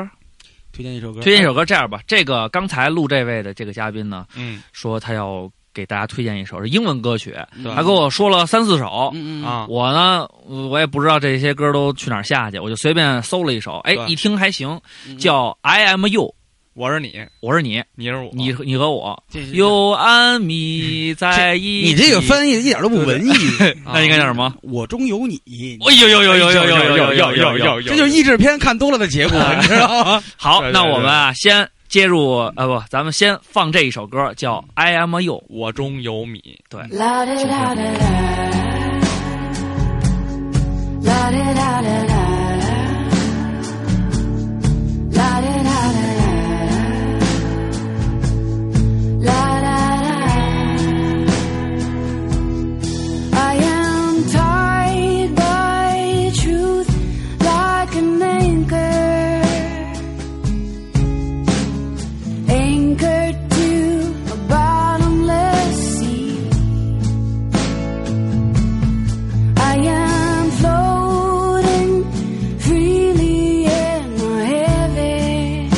E: 推荐一首歌，
C: 推荐一首歌。这样吧，这个刚才录这位的这个嘉宾呢，
B: 嗯
C: 说他要给大家推荐一首是英文歌曲，
B: 对
C: 他跟我说了三四首。
E: 嗯嗯嗯，
B: 啊，
C: 我呢，我也不知道这些歌都去哪儿下去，我就随便搜了一首，哎
B: 对，
C: 一听还行，
E: 嗯
C: 叫《I Am You》，
B: 我是你，
C: 我是你，
B: 你是我，
C: 你你和我，
E: 这是
C: 有安米在一起。
E: 你这个翻译一点都不文艺。 *laughs*
B: 啊
C: 那应该叫什么？
E: 我中有你，
C: 哎呦呦呦呦呦呦呦呦呦呦！啊
E: 这就是译制片看多了的结果，你知道吗？
C: *laughs* 好，
B: 对对
C: 那
B: 对
C: 我们啊，先接入呃不，咱们先放这一首歌，叫《I Am You》。
B: 我中有米，
C: 对，
G: La da da da da. La da da da da. La da da da da. La da da. I am tied by truth like an anchor anchored to a bottomless sea. I am floating freely in my heavens,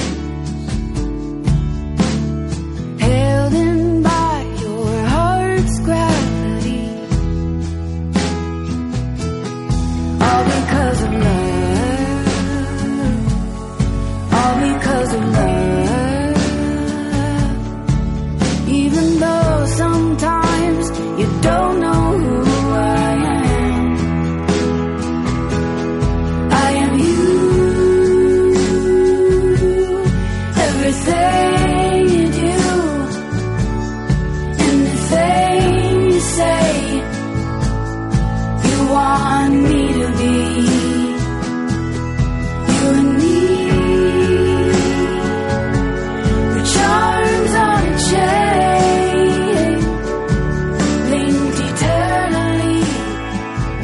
G: held in by your heart's gravity. All because of love. All because of love. Even though sometimes you don't know who I am. I am you. Everything you do. Anything you say. You want me to be. You and me, the charms on a chain, linked eternally,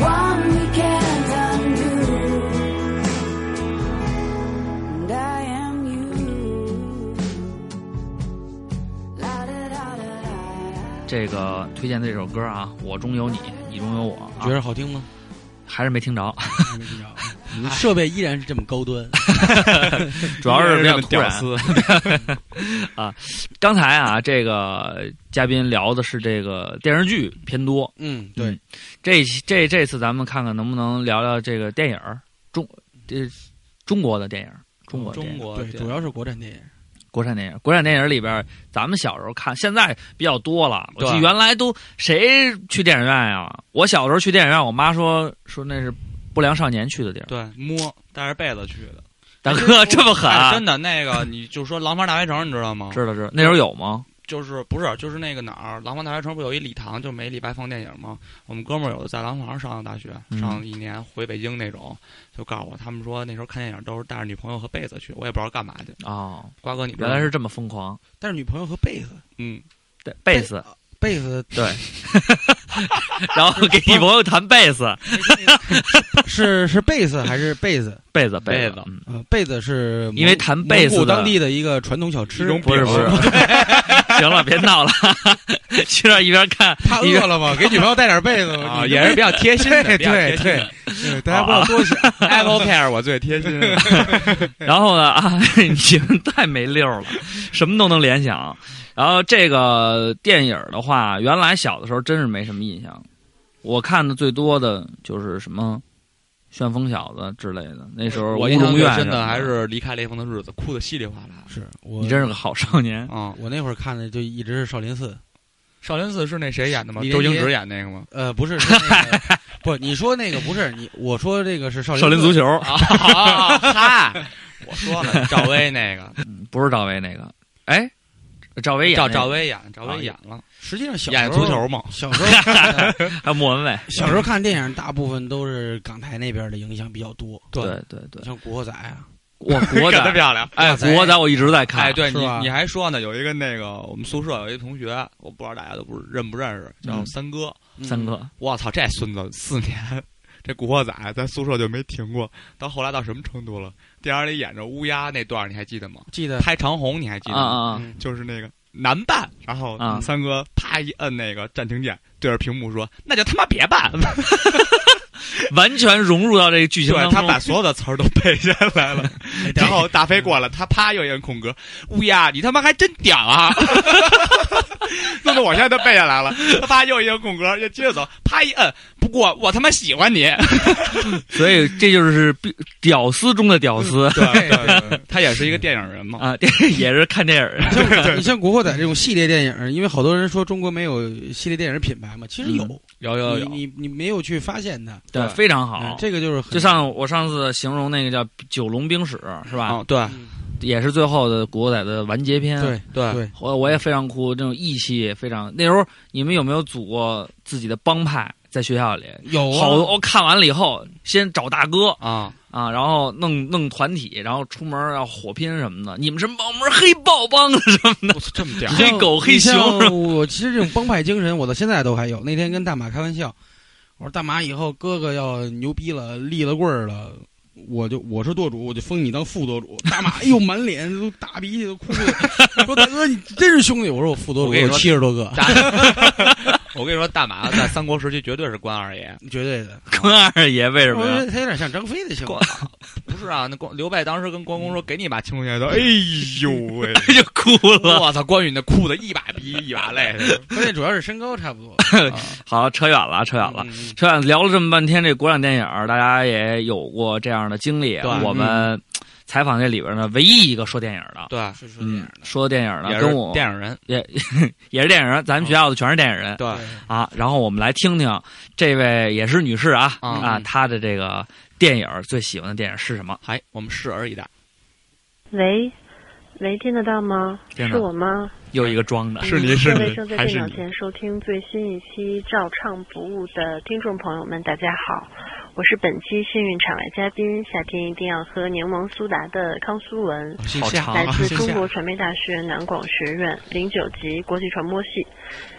G: one we can't undo. And I am you. La da da da da.
C: 这个推荐的这首歌啊，《我中有你，你中有我》啊，
E: 觉得好听吗？
C: 还是没听着，
E: 你知道吗你们设备依然是这么高
C: *laughs*
E: 端，
C: 主要是比较突
B: 屌
C: 然。
B: 丝，
C: *laughs* 刚才啊，这个嘉宾聊的是这个电视剧偏多，
E: 嗯，对
C: 嗯，这这这次咱们看看能不能聊聊这个电影儿中这中国的电影儿，中国的电影
B: 中国
E: 对，主要是国产电影，
C: 国产电影，国产电影里边，咱们小时候看，现在比较多了。我
B: 对
C: 记得原来都谁去电影院呀、我小时候去电影院，我妈说说那是不良少年去的地儿。
B: 对摸带着被子去的，
C: 大哥 *laughs* 这么狠、
B: 哎
C: 啊，
B: 真的那个，你就说《廊坊大学城》，你知道吗？
C: 知道知道，那时候有吗？
B: 就是不是就是那个哪儿，廊坊大学城不有一礼堂，就每礼拜放电影吗？我们哥们儿有的在廊坊上的大学，
C: 嗯
B: 上一年回北京那种，就告诉我，他们说那时候看电影都是带着女朋友和被子去，我也不知道干嘛去。
C: 哦，
B: 瓜哥，你知道
C: 原
B: 吗
C: 来是这么疯狂。
E: 但是女朋友和贝斯，
B: 嗯，
C: 对，贝斯，
E: 贝斯
C: 然后给女朋友弹贝斯， *laughs*
E: 是是贝斯还是贝斯？
C: 贝斯，
B: 贝
C: 斯
B: 斯，
C: 嗯
E: 呃，贝斯是
C: 因为弹贝斯
E: 蒙古
C: 的
E: 当地的一个传统小吃，
C: 不是不是，
E: *laughs*
C: *laughs* 行了，别闹了，去那儿一边看
E: 怕
C: 一
E: 饿
C: 边
E: 了吗？给女朋友带点贝子
B: 啊
E: 吧，
B: 也是比较贴心的，
E: 对
B: 比较贴心的
E: 对对，大家不要
C: 啊 *laughs*
E: 多想。
B: Apple Care 我最贴心
E: *laughs*
B: 的，
C: 然后呢啊，你们太没溜儿了，什么都能联想。然后这个电影的话，原来小的时候真是没什么印象，我看的最多的就是什么《旋风小子》之类的。那时候
B: 我
C: 乌
B: 印象
C: 龙
B: 最
C: 院
B: 深
C: 什么
B: 的还是离开雷锋的日子，哭的稀里哗啦。
E: 是我
C: 你真是个好少年。
B: 啊、
A: 嗯
E: 我那会儿看的就一直是少林寺，
B: 少林寺是那谁演的吗？
E: 李连
B: 周星
E: 杰
B: 驰演那个吗？
E: 呃，不是， *laughs* 是那个不，你说那个不是你，我说这个是少
C: 少林足
E: 球，
C: 球
B: 啊嗨，我说了，赵薇那个，
C: 嗯不是赵薇那个，哎，赵薇演
B: 赵
C: 那
B: 赵
C: 个啊
B: 薇演，赵薇演了，
E: 实际上小时
B: 演
E: 候
B: 足球嘛。
E: 小时候看的
C: *laughs* 还有莫文蔚，
E: 小时候看电影，大部分都是港台那边的影响比较多，
C: 对对对，
E: 像《古惑仔》啊，
C: 我国
B: *laughs* 长得
C: 仔，
B: 漂亮。
C: 哎，
E: 哇塞
C: 国仔我一直在看，
B: 哎，对
E: 是
B: 你
E: 吧
B: 你还说呢，有一个那个我们宿舍有一同学，我不知道大家都不认不认识，叫
C: 嗯
B: 三哥。
C: 三哥，
B: 我操，这孙子四年
A: *laughs* 这《古惑仔》在宿舍就没停过，到后来到什么程度了？电影里演着乌鸦那段儿你还记得吗？
E: 记得
A: 拍长虹你还记得
C: 啊
A: 吗？
C: 啊
E: 嗯
A: 就是那个难办，然后
C: 啊
A: 三哥啪一摁那个暂停键，对着屏幕说：“那就他妈别办。
C: 完全融入到这个”剧情
A: 对
C: 当
A: 他
C: 中。
A: 把所有的词儿都背下来 *laughs* 了，然后大飞过来，他啪又一摁空格，乌鸦，你他妈还真屌 *laughs* 啊！弄得我现在都背下来了，他啪又一摁空格，又接着走，啪一摁，不过我他妈喜欢你。
C: 所以这就是比屌丝中的屌丝
A: 嗯对
C: *laughs*
A: 对对，他也是一个电影
E: *laughs*
A: 人嘛。
C: 啊，这也是看电影 *laughs*
E: 像你像《古惑仔》这种系列电影，因为好多人说中国没有系列电影品牌嘛，其实有，
A: 有
E: 你你你没有去发现它，
C: 嗯对，非常好。
E: 嗯这个就是很
C: 就像我上次形容那个叫《九龙冰史》是吧？
A: 哦
B: 啊，对
C: 也是最后的《古惑仔》的完结篇。，
E: 对
B: 对
E: 对
C: 我我也非常哭，这种义气也非常。那时候你们有没有组过自己的帮派？在学校里，
E: 有啊
C: 好，我看完了以后，先找大哥
B: 啊，
C: 啊，然后弄弄团体，然后出门要火拼什么的。你们什么帮？我们是黑豹帮的什么的，
A: 我操，这么屌
E: 你
C: *laughs* 黑
E: 像
C: 狗黑熊是
E: 你
C: 吧
E: 像我其实这种帮派精神，我到现在都还有。那天跟大马开玩笑，我说大马以后哥哥要牛逼了，立了棍儿了。我就我是舵主，我就封你当副舵主。
C: *laughs*
E: 大马哎呦，满脸都大鼻涕都
A: *laughs*
E: 哭了，说大哥你真是兄弟。我说我副舵
A: 我
E: 主，
A: 跟你
E: 有
A: 说
E: 七十多个，
A: 大， *laughs* 我跟你说，大马在三国时期绝对是关二爷。
E: 绝对的。
C: 关二爷为什
E: 我
C: 么
E: 觉
C: 呀？
E: 得他有点像张飞的性格
A: 光，不是啊，那关刘备当时跟关公说：“给你一把青龙偃月刀。”哎呦喂！
C: 就哭了。
A: 我操，关羽那哭的一把鼻一把泪的。
E: 关键主要是身高差不多。
A: 啊
C: *laughs* 好，扯远了，扯远了。
E: 嗯
C: 扯远聊了这么半天这国产电影儿，大家也有过这样的经历。
A: 对嗯
C: 我们采访这里边呢，唯一一个说电影的，
A: 对，
E: 是说这
C: 嗯
E: 样，
C: 说电影
A: 也
C: 的，
A: 是
C: 跟我
A: 电影人。
C: 也 *laughs* 是电影人，咱们学校的全是电影人
A: 对，
C: 啊。然后我们来听听这位也是女士啊
A: 嗯
C: 啊，她的这个电影儿最喜欢的电影是什么？
A: 还我们拭而以待。
H: 喂，喂，听得到吗？
C: 真
H: 是
C: 的
H: 我吗？嗯
C: 又一个装的，
A: 是你是
H: 各位
A: 你
H: 正
A: 还
H: 在
A: 是
H: 电脑
A: 你
H: 前收听最新一期《照唱不误》的听众朋友们，大家好，我是本期幸运场外嘉宾，夏天一定要喝柠檬苏打的康苏文，
C: 好长
H: 来
C: 啊！
H: 自
E: 谢谢
H: 中国传媒大学南广学院零九级国际传播系。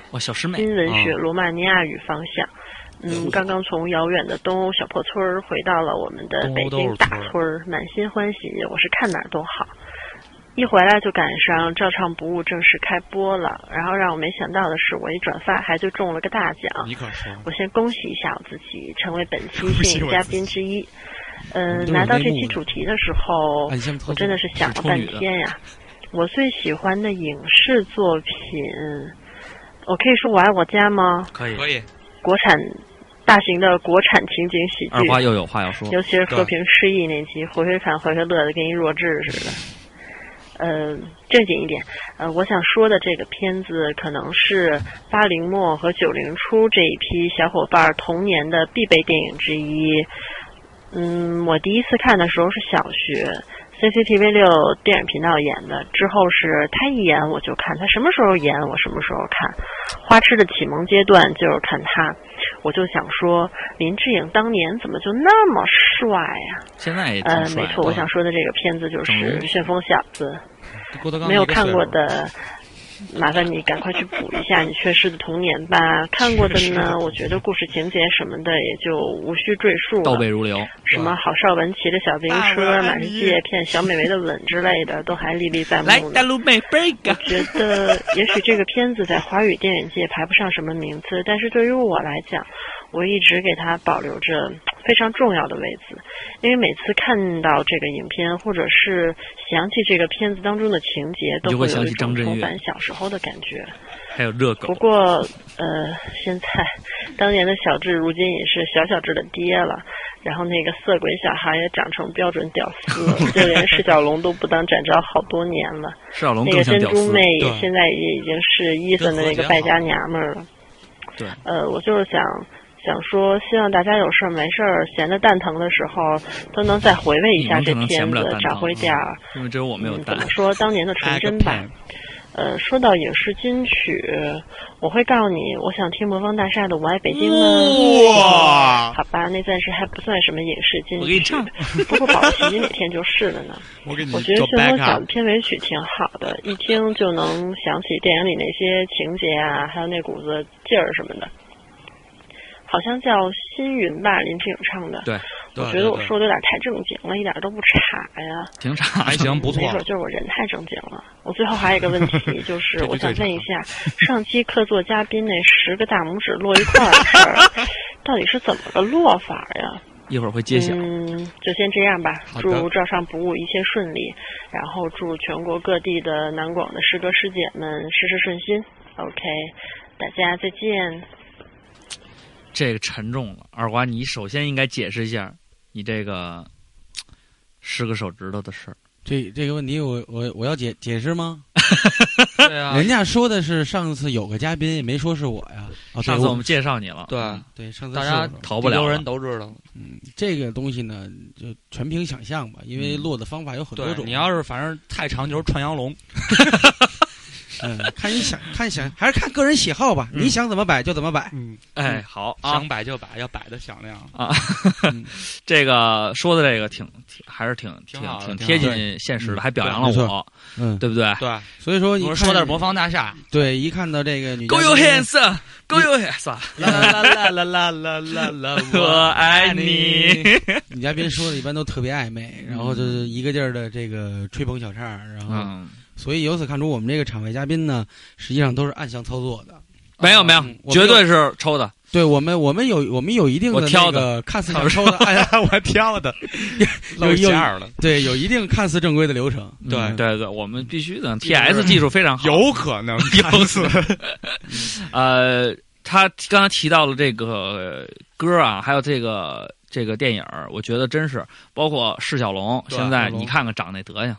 C: 哇，哦小师妹啊
H: 新
B: 嗯
H: 文学罗马尼亚语方向。嗯，刚刚从遥远的东欧小破村儿回到了我们的
B: 东欧
H: 北
B: 都
H: 京
B: 是
H: 大
B: 村儿
H: 村儿，满心欢喜，我是看哪儿都好。一回来就赶上《照唱不误》正式开播了，然后让我没想到的是，我一转发还就中了个大奖。
F: 啊
A: 你可说，
H: 我先恭喜一下我自己，成为本期
A: 恭喜
H: 幸运
A: 我
H: 嘉
A: 自
H: 宾之一。嗯、
E: 都是
H: 拿到
E: 内
H: 这
E: 幕
H: 期
E: 的
H: 主题的时候，
E: 暗箱操
H: 我
E: 作
H: 真的是想了
C: 是处
H: 半
C: 女的
H: 天呀。我最喜欢的影视作品，我可以说我爱我家吗？
C: 可以，
A: 以。
H: 国产大型的国产情景喜
C: 二花
H: 剧，
C: 又有话要说，
H: 尤其是
A: 对
H: 和平失忆那集，回回看回回乐的跟一弱智似的。呃，正经一点，呃，我想说的这个片子可能是八零末和九零初这一批小伙伴儿童年的必备电影之一。嗯，我第一次看的时候是小学，CCTV 六电影频道演的，之后是他一演我就看，他什么时候演我什么时候看。花痴的启蒙阶段就是看他，我就想说林志颖当年怎么就那么帅呀、
C: 现在
G: 哎
C: 也挺
H: 呃，
C: 帅
H: 没
C: 的。
H: 错，我想说的这个片子就是
C: 整容
H: 《旋风小子》。
B: 跟郭德纲
H: 没有
B: 一个
H: 看
B: 岁
H: 过
B: 数，
H: 的，麻烦你赶快去补一下你缺失的童年吧。看过的呢，我觉得故事情节什么的也就无需赘述
C: 倒背
H: 了。
C: 如流，
H: 什么郝邵文骑着小自行车满世界骗小美眉的吻之类的，都还历历在目
C: 来
H: 呢。
C: 大陆妹背
H: 我
C: 个，
H: 觉得也许这个片子在华语电影界排不上什么名次，但是对于我来讲，我一直给它保留着非常重要的位置，因为每次看到这个影片，或者是想起这个片子当中的情节，都
C: 你就会
H: 有
C: 想
H: 一
C: 起
H: 种
C: 张震
H: 重
C: 岳
H: 返小时候的感觉。
C: 还有热狗
H: 不，过，呃，现在当年的小智，如今也是小小智的爹了。然后那个色鬼小孩也长成标准屌丝了，
C: *laughs*
H: 就连释小龙都不当展昭好多年了。
C: 释小龙
H: 那
C: 更
H: 个
C: 像
H: 珍
C: 屌
H: 珠
C: 丝
H: 妹。
B: 对
H: 也现在也已经是伊森的那个败家娘们儿了。
C: 对，
H: 呃，我就是想想说，希望大家有事儿没事儿闲的蛋疼的时候，都能再回味一下这
C: 你们可能闲
H: 片
C: 不了蛋
H: 子
C: 疼，嗯
H: 找回点儿
C: 因为只有我没有
H: 嗯
C: 蛋
H: 怎么。说当年的纯真吧。呃，说到影视金曲，我会告诉你，我想听魔方大厦的《我爱北京》呢。
A: 哇
H: 好吧，那暂时还不算什么影视金曲，
C: 我给你唱
H: 不过保不齐哪天就是了呢。
A: 我给你
H: 我觉得《
A: 做
H: 旋
A: back
H: 风小子
A: up，》
H: 片尾曲挺好的，一听就能想起电影里那些情节啊，还有那股子劲儿什么的。好像叫新云吧，林志颖唱的。
C: 对，
H: 我
B: 对
H: 觉得
B: 对
H: 我
B: 对
H: 说的有点太正经了，一点都不傻
B: *laughs*
H: 呀。
C: 挺傻，
B: 还行，不错
H: 没。准就是我人太正经了。我最后还有一个问
B: *laughs*
H: 题，就是我想问一下，上期客座嘉宾那十个大拇指落一块儿的事
B: *laughs*
H: 儿，到底是怎么个落法呀？
C: 一会儿会揭晓。
H: 嗯，就先这样吧。
C: 好的
H: 祝照上不误一切顺利，然后祝全国各地的南广的师哥师姐们事事顺心。OK，大家再见。
C: 这个沉重了，二瓜，你首先应该解释一下你这个十个手指头的事儿。
E: 这这个问题我，我我要解解释吗？
B: 对啊，
E: 人家说的是上次有个嘉宾，也没说是我呀。哦，
C: 上次
E: 对
C: 我们介绍你了，
B: 对，
E: 对上次
B: 大家
E: 是我
C: 逃不了
B: 地球
C: 了
B: 人都知道。
E: 这个东西呢，就全凭想象吧，因为
C: 嗯
E: 落的方法有很多
B: 对，
E: 种。
B: 你要是反正太长就是串羊龙，
E: *laughs* 嗯，看你想看想，还是看个人喜好吧。
C: 嗯
E: 你想怎么摆就怎么摆。
C: 哎，好啊
B: 嗯想摆就摆，要摆的响亮。
C: 啊，
B: 嗯
C: *laughs* 这个说的这个挺挺还是挺
B: 挺好的
C: 挺
B: 挺
C: 贴
B: 好的
C: 近现实的，还表扬了
E: 没错
C: 我，
E: 嗯，
C: 对不对
B: 嗯对，
E: 所以说你
B: 我
E: 看
B: 说的是魔方大厦，
E: 对，一看到这个女
C: ？Go
E: 嘉
C: your
E: 宾
C: hands up, go your hands up，
B: 啦啦啦啦啦啦啦啦，
C: 我爱你。
E: *laughs* 女嘉宾说的一般都特别暧昧，然后就是一个劲儿的这个吹捧小叉儿，然后、
C: 嗯，
E: 所以由此看出，我们这个场外嘉宾呢，实际上都是暗箱操作的。
C: 没有没有
E: 嗯，我
C: 绝
E: 们
C: 对是抽的。
E: 对我们，我们有我们有一定的
C: 我挑
E: 那个
C: *laughs*
B: *laughs*
E: 看似想抽的，哎呀，我挑的，有
B: 露
E: 有
B: 馅儿了。
E: 对有一定看似正规的流程。
C: 对
E: 嗯
C: 对对，我们必须的，TS 技术非常好。
A: 有可
C: *laughs*
A: 能有死，
C: 呃，他刚才提到了这个歌啊，还有这个这个电影儿，我觉得真是包括释小龙，
B: 对
C: 现在
E: 小龙
C: 你看看长那德行，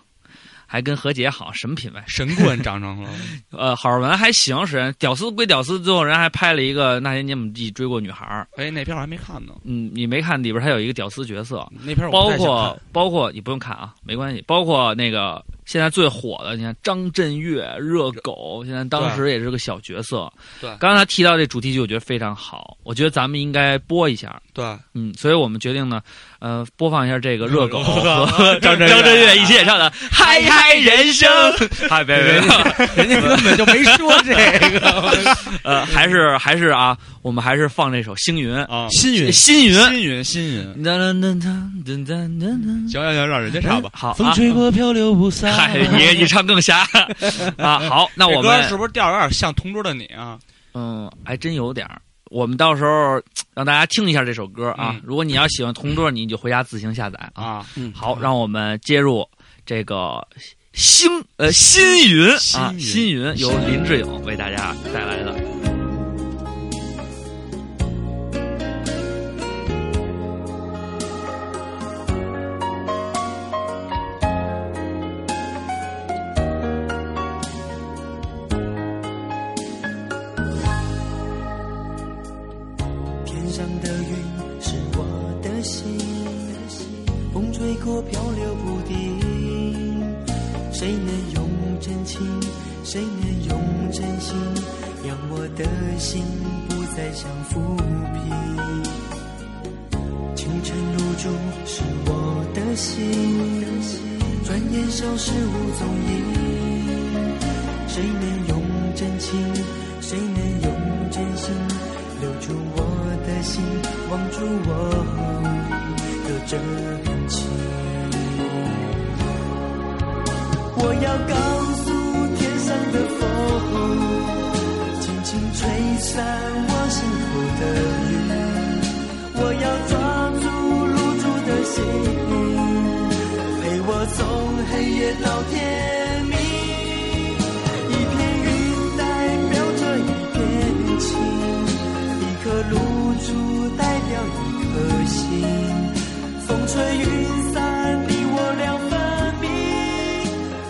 C: 还跟何洁好，什么品味？
B: 神棍长成了，
C: *laughs* 呃，郝尔文还行，是屌丝归屌丝，最后人还拍了一个那些年我们一起追过女孩儿。
B: 哎，那片儿我还没看呢。
C: 嗯，你没看里边儿他有一个屌丝角色，
E: 那片儿我
C: 包
E: 不太想看
C: 括包括你不用看啊，没关系，包括那个现在最火的，你看张震岳、热狗，现在当时也是个小角色。
B: 对
C: 刚才提到这主题曲，我觉得非常好，我觉得咱们应该播一下。
B: 对，
C: 嗯，所以我们决定呢，呃，播放一下这个热狗和
B: 热
C: 和张震岳一起演唱的《嗨嗨人生》。 *laughs* 嗨，别别别，
E: 人家根本就没说这个。
C: *laughs* 呃，还是还是啊，我们还是放这首《星云》啊，
E: 新云，
C: 星云。
A: 新云新云，
C: 噔噔噔噔噔噔
A: 行行行，让人家唱吧
F: 嗯
C: 噔，。好
E: 风
C: 啊。
E: 吹过漂流不散。
C: *laughs* 嗨，你你唱更瞎
B: *laughs*
C: 啊！好，那我
B: 哎这歌
C: 们
B: 是不是调儿有点像《同桌的你》啊？
C: 嗯，还真有点儿。我们到时候让大家听一下这首歌啊。
B: 嗯
C: 如果你要喜欢同桌，你就回家自行下载啊。
B: 啊，
C: 好，让我们接入这个星呃新云啊，
A: 新云
C: 新云由林志颖为大家带来的。
I: 天上的云是我的心，风吹过漂流不定。谁能用真情，谁能用真心，让我的心不再像浮萍。清晨露珠是我的心，转眼消失无踪影。谁能用真情，谁能用真心，留住我的心，望住我的真情。我要告诉天上的风，轻轻吹散我心口的云。我要抓住露珠的心，陪我从黑夜到天明。一片云代表着一片情，一颗露珠代表一颗心。风吹云散，你我两分明，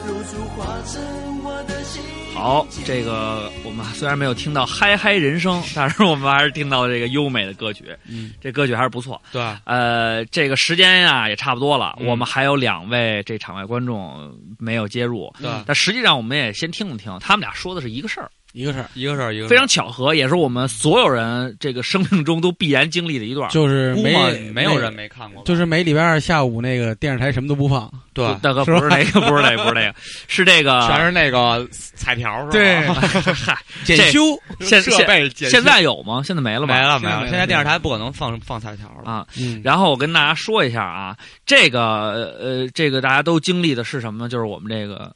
I: 露珠化成我的心。
C: 好，这个我们虽然没有听到《嗨嗨人
B: *laughs*
C: 生》，但是我们还是听到这个优美的歌曲。嗯，这歌曲还是不错。
B: 对，
C: 呃，这个时间呀、也差不多了，
B: 嗯
C: 我们还有两位这场外观众没有接入，
B: 对
C: 但实际上我们也先听了听，他们俩说的是一个事儿，
E: 一个事儿，
B: 一个事儿一个事
C: 非
B: 儿
C: 常巧合，也是我们所有人这个生命中都必然经历的一段。
E: 就是
B: 估
E: 没
B: 摸没有
E: 那
B: 人没看过吧，
E: 就是每礼拜二下午那个电视台什么都不放，
B: 对
C: 大哥，不是那个，不是那个，不是那个，是这
A: 全
C: 个。
A: 是那个彩条是吧？ *laughs*
C: *laughs* 嗨，
E: 检
C: 这
E: 修
C: 现
A: 设
C: 现
A: 备检修
C: 现在有吗？现在没了
B: 没
C: 吧？
B: 了
E: 没
B: 没
E: 了
B: 了，现在电视台不可能放放彩条了。
C: 啊。
E: 嗯，
C: 然后我跟大家说一下啊，这个呃，这个大家都经历的是什么呢？就是我们这个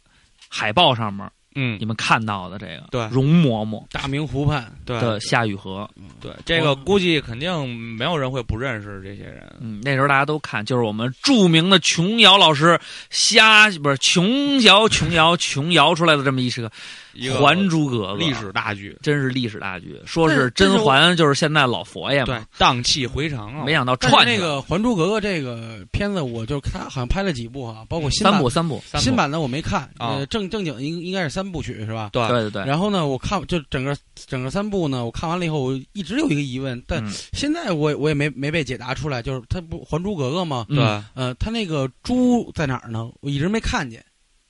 C: 海报上面
B: 嗯，
C: 你们看到的这个，
B: 对
C: 容嬷嬷
E: 大明湖畔
B: 对嗯
C: 的夏雨荷，
B: 对，这个估计肯定没有人会不认识这些人。
C: 嗯，那时候大家都看，就是我们著名的琼瑶老师瞎不是琼瑶琼瑶 *laughs* 琼瑶出来的这么一个
B: 一
C: 《
B: 个
C: 还珠格格》
B: 历史大剧，
C: 真是历史大剧，说
E: 但
C: 是
E: 是这是
C: 甄嬛就是现在老佛爷
B: 对
C: 嘛，，
B: 荡气回肠啊
C: 没。想到
E: 嗯但是
C: 串
E: 那
C: 起来
E: 个《还珠格格》这个片子，我就他好像拍了几部哈，包括新
C: 三
E: 版
C: 部三部，
B: 嗯三部
E: 新版的我没看，
B: 啊
E: 呃，正正经应应该是三部曲是吧？
B: 对
C: 对对对，
E: 然后呢，我看就整个整个三部呢，我看完了以后，我一直有一个疑问，但
C: 嗯
E: 现在我也我也没没被解答出来，就是他不《还珠格格》吗？
C: 嗯
B: 对
E: 呃，他那个猪在哪儿呢？我一直没看见。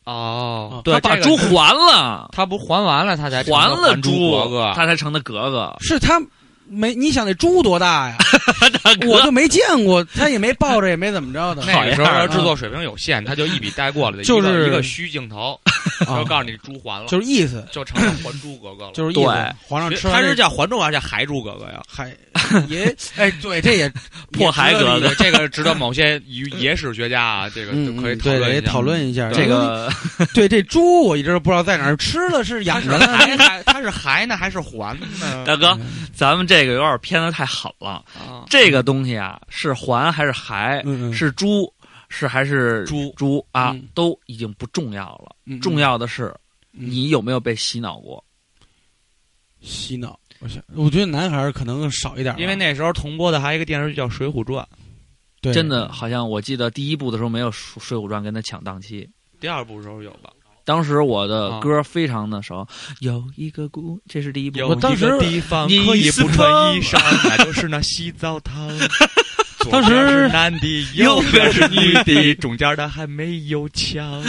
E: 啊
B: 哦
E: 对
C: 他
B: 对，
C: 把
B: 这
C: 猪
B: 个
C: 还
B: *laughs*
C: 了，
B: 他不还完了，他才成
C: 还
B: 了
C: 了
B: 还珠格格
C: 他才成的格格。
E: 是他没？你想那猪多大呀？我就没见过，他也没抱着，也没怎么着的。
B: 那个时候
C: 好
B: 的
C: 样
B: 制作水平有限，他就一笔带过了的，
E: 啊就是
B: 一个一个虚镜头，然后
E: 啊
B: 告诉你猪还了，
E: 就是意思，
B: 就成了还珠格格了。
E: *laughs* 就是意
C: 对
E: 思。皇上吃
B: 他
E: 完
B: 是
E: 这
B: 叫还珠还是叫还珠格格呀？
E: 海 *laughs*
B: *laughs*
E: 也哎，对，这 *laughs* 也
C: 迫害格格
B: 对，这个值得某些野野史学家啊，这个
E: 嗯
B: 就可以
E: 嗯
B: 讨
E: 对
B: 论
E: 得
B: 一下。嗯
E: 讨论一下
C: 这个
E: 对这猪，我一直不知道在哪儿吃了，
B: *laughs*
E: 是养着呢。
B: 还还他是还呢还是还呢？
C: 大哥，咱们这个有点偏的太狠了。
B: 啊，
C: 这个东西啊，是还还是还，
E: 嗯嗯
C: 是猪是还是
E: 猪
C: 猪啊
E: 嗯，
C: 都已经不重要了。
E: 嗯
C: 重要的是
E: 嗯
C: 你有没有被洗脑过？
E: 洗脑。我想，我觉得男孩儿可能少
C: 啊
E: 一点吧，
B: 因为那时候同播的还有一个电视剧叫《水浒传
E: 对
C: 真的好像我记得第一部的时候没有《水水浒传》跟他抢档期。》，
B: 第二部的时候有吧？
C: 当时我
B: 啊
C: 的歌非常的熟，有一个姑，这是第一部。
B: 有
E: 我当时
B: 一个地方
C: 你
B: 可以
C: 是
B: 不穿衣
E: *laughs*
B: 裳，那就是那洗澡堂。左
E: 当时
B: 边是男的，右边是女的，中间的还没有
E: *laughs*
B: 墙。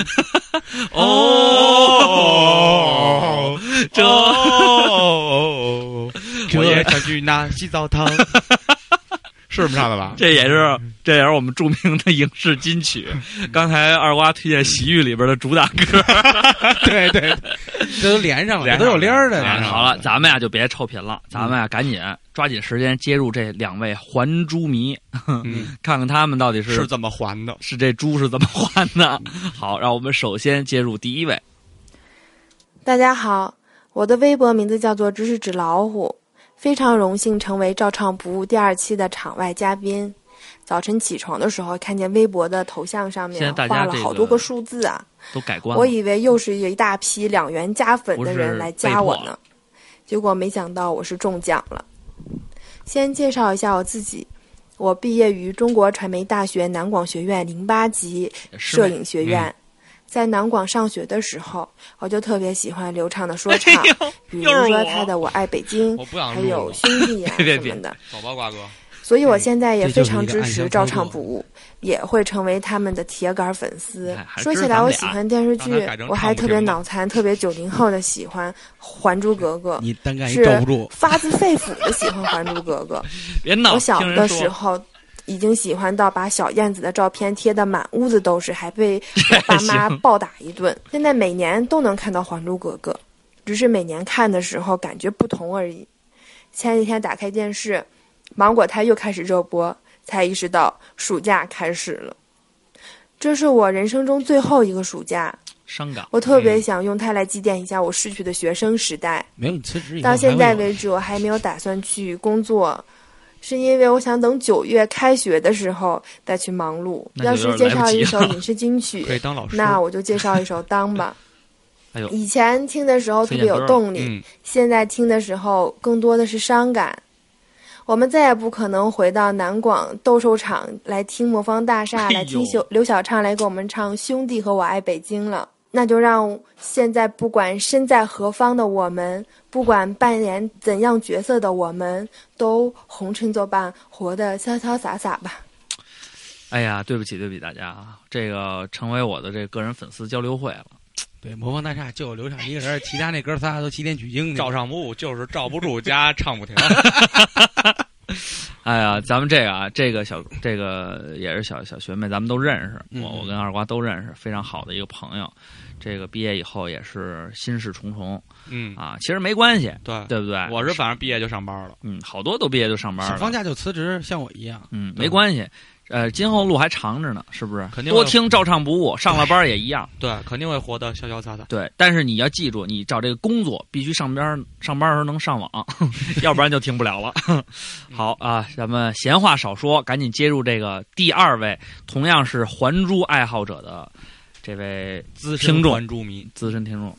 C: 哦，这
B: 哦，我也想去那洗澡
E: *laughs*
B: 堂。
A: 是这么唱的吧？
C: *laughs* 这也是这也是我们著名的影视金曲。
B: 嗯
C: 刚才二瓜推荐《洗浴》里边的主打歌。
B: *laughs*
E: 对对，这都连上了，
A: 连
E: 这都有
A: 上了
E: 连儿的
A: 连
E: 呢。
A: 上
C: 啊好了，咱们呀就别臭贫了，咱们呀赶紧抓紧时间接入这两位还珠迷，
B: 嗯，
C: *laughs* 看看他们到底是
B: 是怎么还的？
C: 是这猪是怎么还的。好，让我们首先接入第一位，
J: 大家好，我的微博名字叫做“知识指老虎”，非常荣幸成为《照唱不误》第二期的场外嘉宾。早晨起床的时候，看见微博的头像上
C: 现在
J: 面
C: 大家
J: 画
C: 这
J: 了
C: 个
J: 好多个数字啊，
C: 都改观了。
J: 我以为又是一大批两元加粉的
C: 不是
J: 人来加我
C: 被迫
J: 呢，结果没想到我是中奖了。先介绍一下我自己，我毕业于中国传媒大学南广学院零八级
C: 师
J: 摄
C: 妹嗯
J: 影学院。在南广上学的时候，我就特别喜欢刘畅的说唱，比如
C: 哎又是
J: 说
C: 我
J: 他的《我爱北京
B: 我》，不想
J: 还
B: 录
J: 有
B: 了
J: 《兄弟
I: *laughs*
J: 呀、
C: 别别
J: 什么的。
B: 走吧，瓜哥。
J: 所以我现在也
E: 哎这就
J: 非
E: 是一
J: 常
E: 个
J: 支
E: 暗
J: 持
E: 箱
J: 照
E: 操
J: 唱
E: 作
J: 不误，也会成为他们的铁杆粉丝
C: 哎。还
J: 说
C: 知
J: 起
C: 咱
J: 来，
C: 们
J: 我
C: 俩
J: 喜欢电视
B: 让
J: 剧
B: 他改成，
J: 我还特
B: 唱不
J: 别
B: 停的
J: 脑残，特别九零后的喜欢《还珠格格
E: 你单干》，一
J: 是
E: 罩不住，
J: 发自肺腑的喜欢《还珠格格》。
C: *laughs* 别闹，
J: 我小
C: 听人
J: 的
C: 说
J: 时候。已经喜欢到把小燕子的照片贴得满屋子都是，还被我爸妈
C: *laughs* 行
J: 暴打一顿。现在每年都能看到《还珠格格》，只是每年看的时候感觉不同而已。前几天打开电视，芒果台又开始热播，才意识到暑假开始了。这是我人生中最后一个暑假，
C: 伤感，
J: 我特
I: 嗯
J: 别
I: *laughs*
J: 想用它来祭奠一下我逝去的学生时代。
E: 没有你辞职以后
J: 到现在
E: 还会有
J: 为止，我还没有打算去工作，是因为我想等九月开学的时候再去忙碌。
C: 那
J: 要
C: 就有
J: 是
C: 点
J: 介
C: 来不
J: 绍
C: 及
J: 一首
C: 了
J: 影视金
B: 可以
J: 曲，
B: 当老师。
J: 那我就介绍一首《当》吧
C: *laughs* 哎呦。
J: 以前听的时候特别有动力，
B: 嗯，
J: 现在听的时候更多的是伤感。我们再也不可能回到南广斗兽场来听魔方大厦，来听小刘小畅来给我们唱《兄弟》和《我爱北京》了。那就让现在不管身在何方的我们，不管扮演怎样角色的我们，都红尘作伴，活得潇潇洒洒吧。
C: 哎呀，对不起，对不起大家啊，这个成为我的这个个人粉丝交流会了，
E: 对，魔方大厦就有刘畅一个人，其他那哥仨都西天取经去。
B: 照上不误就是照不住加唱
E: *laughs*
B: 不停。
C: 哎呀，咱们这个啊，这个小这个也是小小学妹，咱们都认识，
B: 嗯
C: 我我跟二瓜都认识，非常好的一个朋友。这个毕业以后也是心事重重
B: 嗯，
C: 啊，其实没关系，
B: 对，
C: 对不对？
B: 我是反正毕业就上班了。
C: 嗯，好多都毕业就上班
E: 想
C: 了，
E: 放假就辞职，像我一样。
C: 嗯，
E: 对
C: 没关系。呃，今后路还长着呢，是不是？
B: 肯定啊
C: 多
B: 会
C: 听照唱不误，上了班也一样。
B: 对，肯定会活得潇潇洒洒。
C: 对，但是你要记住，你找这个工作必须上班，上班的时候能上网， *laughs* 要不然就听不了了。 *laughs* 好啊，咱们闲话少说，赶紧接入这个第二位，同样是《还珠》爱好者的这位
B: 资
C: 听众
B: 关注迷，
C: 资深听众。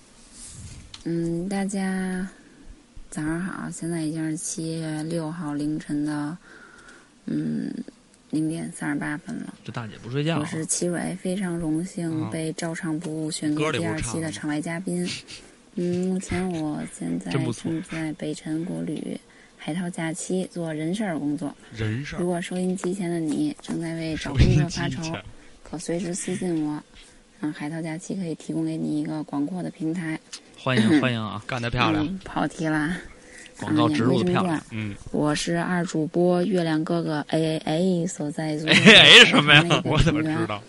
K: 嗯，大家早上好，现在已经是七月六号凌晨的，嗯，零点三十八分了。
C: 这大姐不睡觉
K: 我是齐蕊，非常荣幸
C: 啊
K: 被照唱不误选
C: 歌
K: 作
C: 里
K: 第
C: 不
K: 二
C: 唱
K: 期的
C: 吗
K: 场外嘉宾。 *laughs* 嗯，目前我现在
C: *laughs* 真不错
K: 正在北辰国旅海淘假期做人事儿工作。
B: 人事
K: 如果收音机前的你正在为找
B: 收
K: 工
B: 音
K: 作
B: 机
K: 发愁
B: 前，
K: 可随时私信我。嗯，海淘假期可以提供给你一个广阔的平台。*laughs*
C: 欢迎欢迎啊，
B: 干得
K: 嗯，跑题啦。
C: 广告
K: 嗯
C: 植入
K: 言
C: 的
K: 归正
C: 漂
K: 传
C: 亮。
B: 嗯，
K: 我是二主播月亮哥哥 A A A 所在组。
C: 哎哎什么呀？
K: 我怎么知道？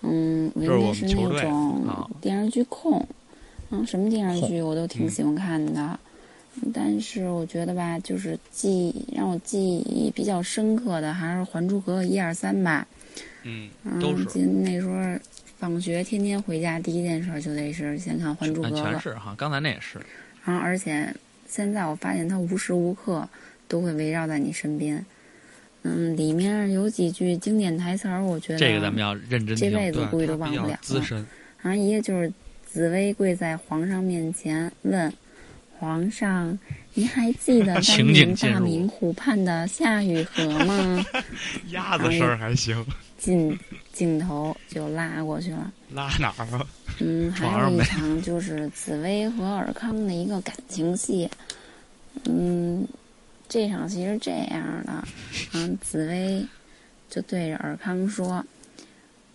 K: 嗯，我
C: 这是我
K: 应该
C: 们
K: 是那
C: 球队啊
K: 种电视剧控，嗯，什么电视剧我都
C: 嗯
K: 挺喜欢看的，但是我觉得吧，就是记忆让我记忆比较深刻的还是《还珠格格》一二三吧。
B: 嗯，
K: 嗯，
B: 都是
K: 记得那时候放学天天回家第一件事就得是先看《还珠格
C: 啊，
K: 格》，
C: 全是哈，刚才那也是。
K: 然后而且现在我发现它无时无刻都会围绕在你身边。嗯，里面有几句经典台词儿，我觉得
C: 这个咱们要认真
K: 这
C: 听。
K: 辈子
B: 对，
K: 估计都
B: 他
K: 忘
B: 比
K: 不
B: 较
K: 了
B: 资深，
K: 然后一个就是紫薇跪在皇上面前问皇上：“您还记
A: *laughs*
K: 得当
C: 情景
K: 年
C: 进
K: 大
C: 入
K: 明湖畔的夏雨荷吗？”
A: *laughs* 鸭子事儿还
B: *laughs*
A: 行，
K: 镜镜头就拉过去了。
A: 拉哪儿啊？
K: 嗯，
A: 床
K: 还
A: 上
K: 有一
A: 呗
K: 场就是紫薇和尔康的一个感情戏。嗯，这场戏是这样的，嗯，紫薇就对着尔康说：“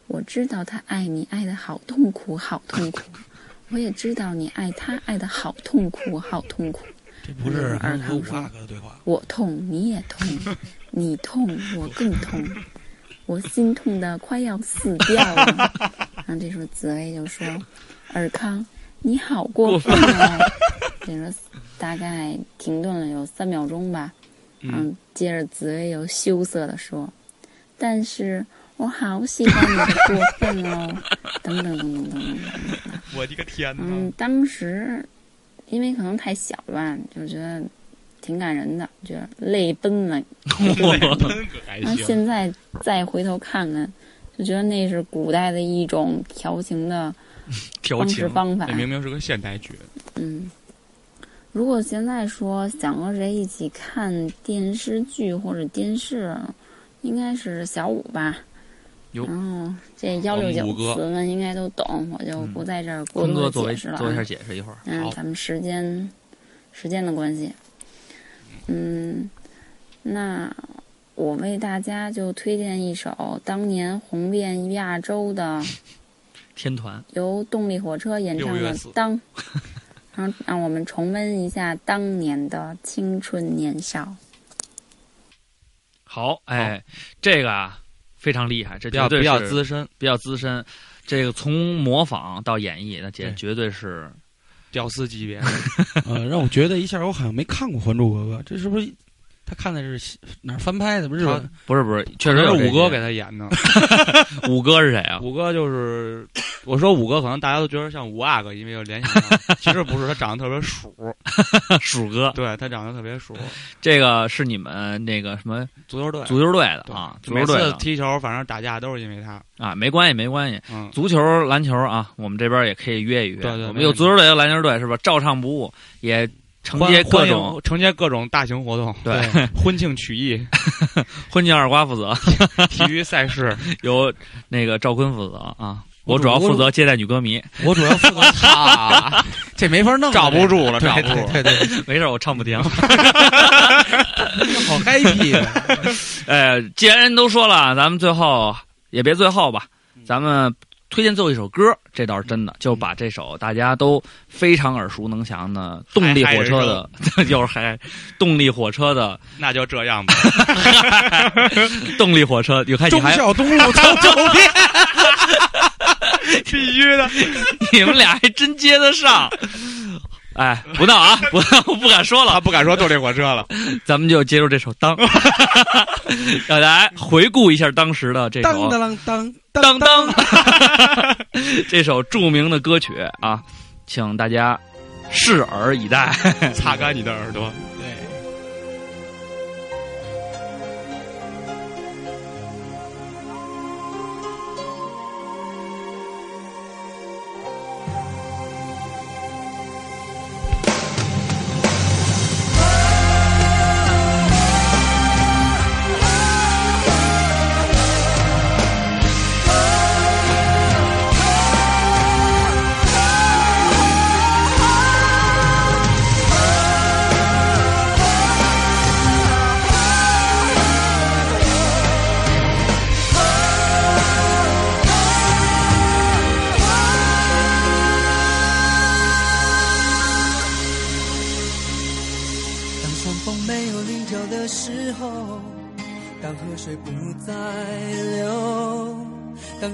K: 我知道他爱你，爱的好痛苦，好痛苦。我也知道你爱他，爱的好痛苦，好痛苦。
E: 这不是
K: 二
E: 和五
K: 康说
E: 阿哥的对
I: *laughs*
E: 话。
K: 我痛，你也痛， *laughs* 你痛，我更痛，我心痛的快要死掉 *laughs* 了。然后这时候紫薇就说：“尔康，你好过分啊！”这时候大概停顿了有三秒钟吧，
B: 嗯
K: 嗯，接着紫薇又羞涩的说：“但是我好喜欢你的过分哦，等等等等等等。”
A: 我的个天哪！
K: 嗯，当时因为可能太小了吧，就觉得挺感人的，觉得泪奔了。
A: 还
K: 那现在再回头看看，就觉得那是古代的一种调情的
C: *laughs* 调
K: 方式
C: 情。
K: 方法
B: 那。明明是个现代剧，
K: 嗯，如果现在说想和谁一起看电视剧或者电视，应该是小五吧。
C: 哟哦
K: 然后这幺
B: 我
K: 六
B: 们
K: 九
B: 五哥
K: 词们应该都懂，我就不在这儿过
C: 嗯坤
K: 多
C: 哥
K: 地
C: 作为
K: 解释了、啊。
C: 做一下解释，一会儿
K: 嗯，
C: 好，
K: 咱们时间时间的关系，嗯，那我为大家就推荐一首当年红遍亚洲
C: *laughs*
K: 的
C: 天团
K: 由动力火车演唱
C: 六月
K: 的
C: 四
K: 《
C: *laughs*
K: 当》，然后让我们重温一下当年的青春年少。
C: 好，哎，这个啊非常厉害，这
B: 比较
C: 绝对
B: 比较
C: 是
B: 资深，
C: 比较资深，这个从模仿到演绎，那绝
B: 对
C: 绝对是
B: 屌丝级别。
E: 呃，让我觉得一下，我好像没看过《还珠格格》，这是不是他看的是西哪儿翻拍的？不是日本
C: 不是不是，确
B: 可
C: 实
B: 能
C: 有
B: 是
C: 这
B: 五哥
C: 些
B: 给他演的，
C: *laughs* *laughs* 五哥是谁啊？
B: 五哥就是我说五哥，可能大家都觉得像五阿哥，因为有联想到，
C: *laughs*
B: 其实不是，他长得特别鼠，
C: 鼠哥，
B: 对他长得特别鼠，
C: 这个是你们那个什么
B: 足球队
C: 足球队的
B: 对
C: 啊？
B: 就
C: 足
B: 每
C: 球队
B: 次
C: 的
B: 踢球，反正打架都是因为他，
C: 啊，没关系没关系，
B: 嗯，
C: 足球、篮球啊，我们这边也可以约一约，
B: 对对
C: 我们
B: 没
C: 有
B: 问题
C: 足球队、有篮球队是吧？照唱不误，也承接各
B: 欢
C: 种
B: 迎承接各种大型活动，
C: 对
B: 婚庆曲艺、
C: *laughs* 婚庆二瓜负责，
B: 体育
C: *laughs*
B: 赛事，
C: 由那个赵坤负责啊。我
E: 我
C: 主要
E: 我
C: 负责接待女歌迷，
E: 我主要
B: *laughs*
E: 负责
B: 啊，
E: 这没法
B: *laughs*
E: 弄啊，
B: 罩不住了，
E: 这
B: 罩
E: 个
B: 不住了。
E: 对对对
C: 没事，我唱不停。
B: *laughs*
E: 对，好 happy
C: *laughs*
E: 啊。
B: 嗯
C: 呃，既然人都说了，咱们最后也别最后吧，咱们推荐最后一首歌，这倒是真的，就把这首大家都非常耳熟能详的《动力火车》的， *laughs* 就是还《动力火车》
B: *laughs*
C: 的，
A: 那就这样吧。
C: 《动力火车》，有看你
E: 忠
C: 还
E: 孝东路走九
B: *laughs*
E: 遍，
A: *laughs* 必须的，
C: *laughs* 你们俩还真接得上。哎，不
A: *laughs*
C: 闹啊，不闹，我不敢说了
A: 他，不敢说动力火车了。
C: *laughs* 咱们就接受这首《当》， *laughs* 让大家回顾一下当时的这首
E: 当当当
C: 当当，这首著名的歌曲啊，请大家拭耳以待。
A: *laughs* 擦干你的耳朵，
I: 当山峰没有棱角的时候，当河水不再流，当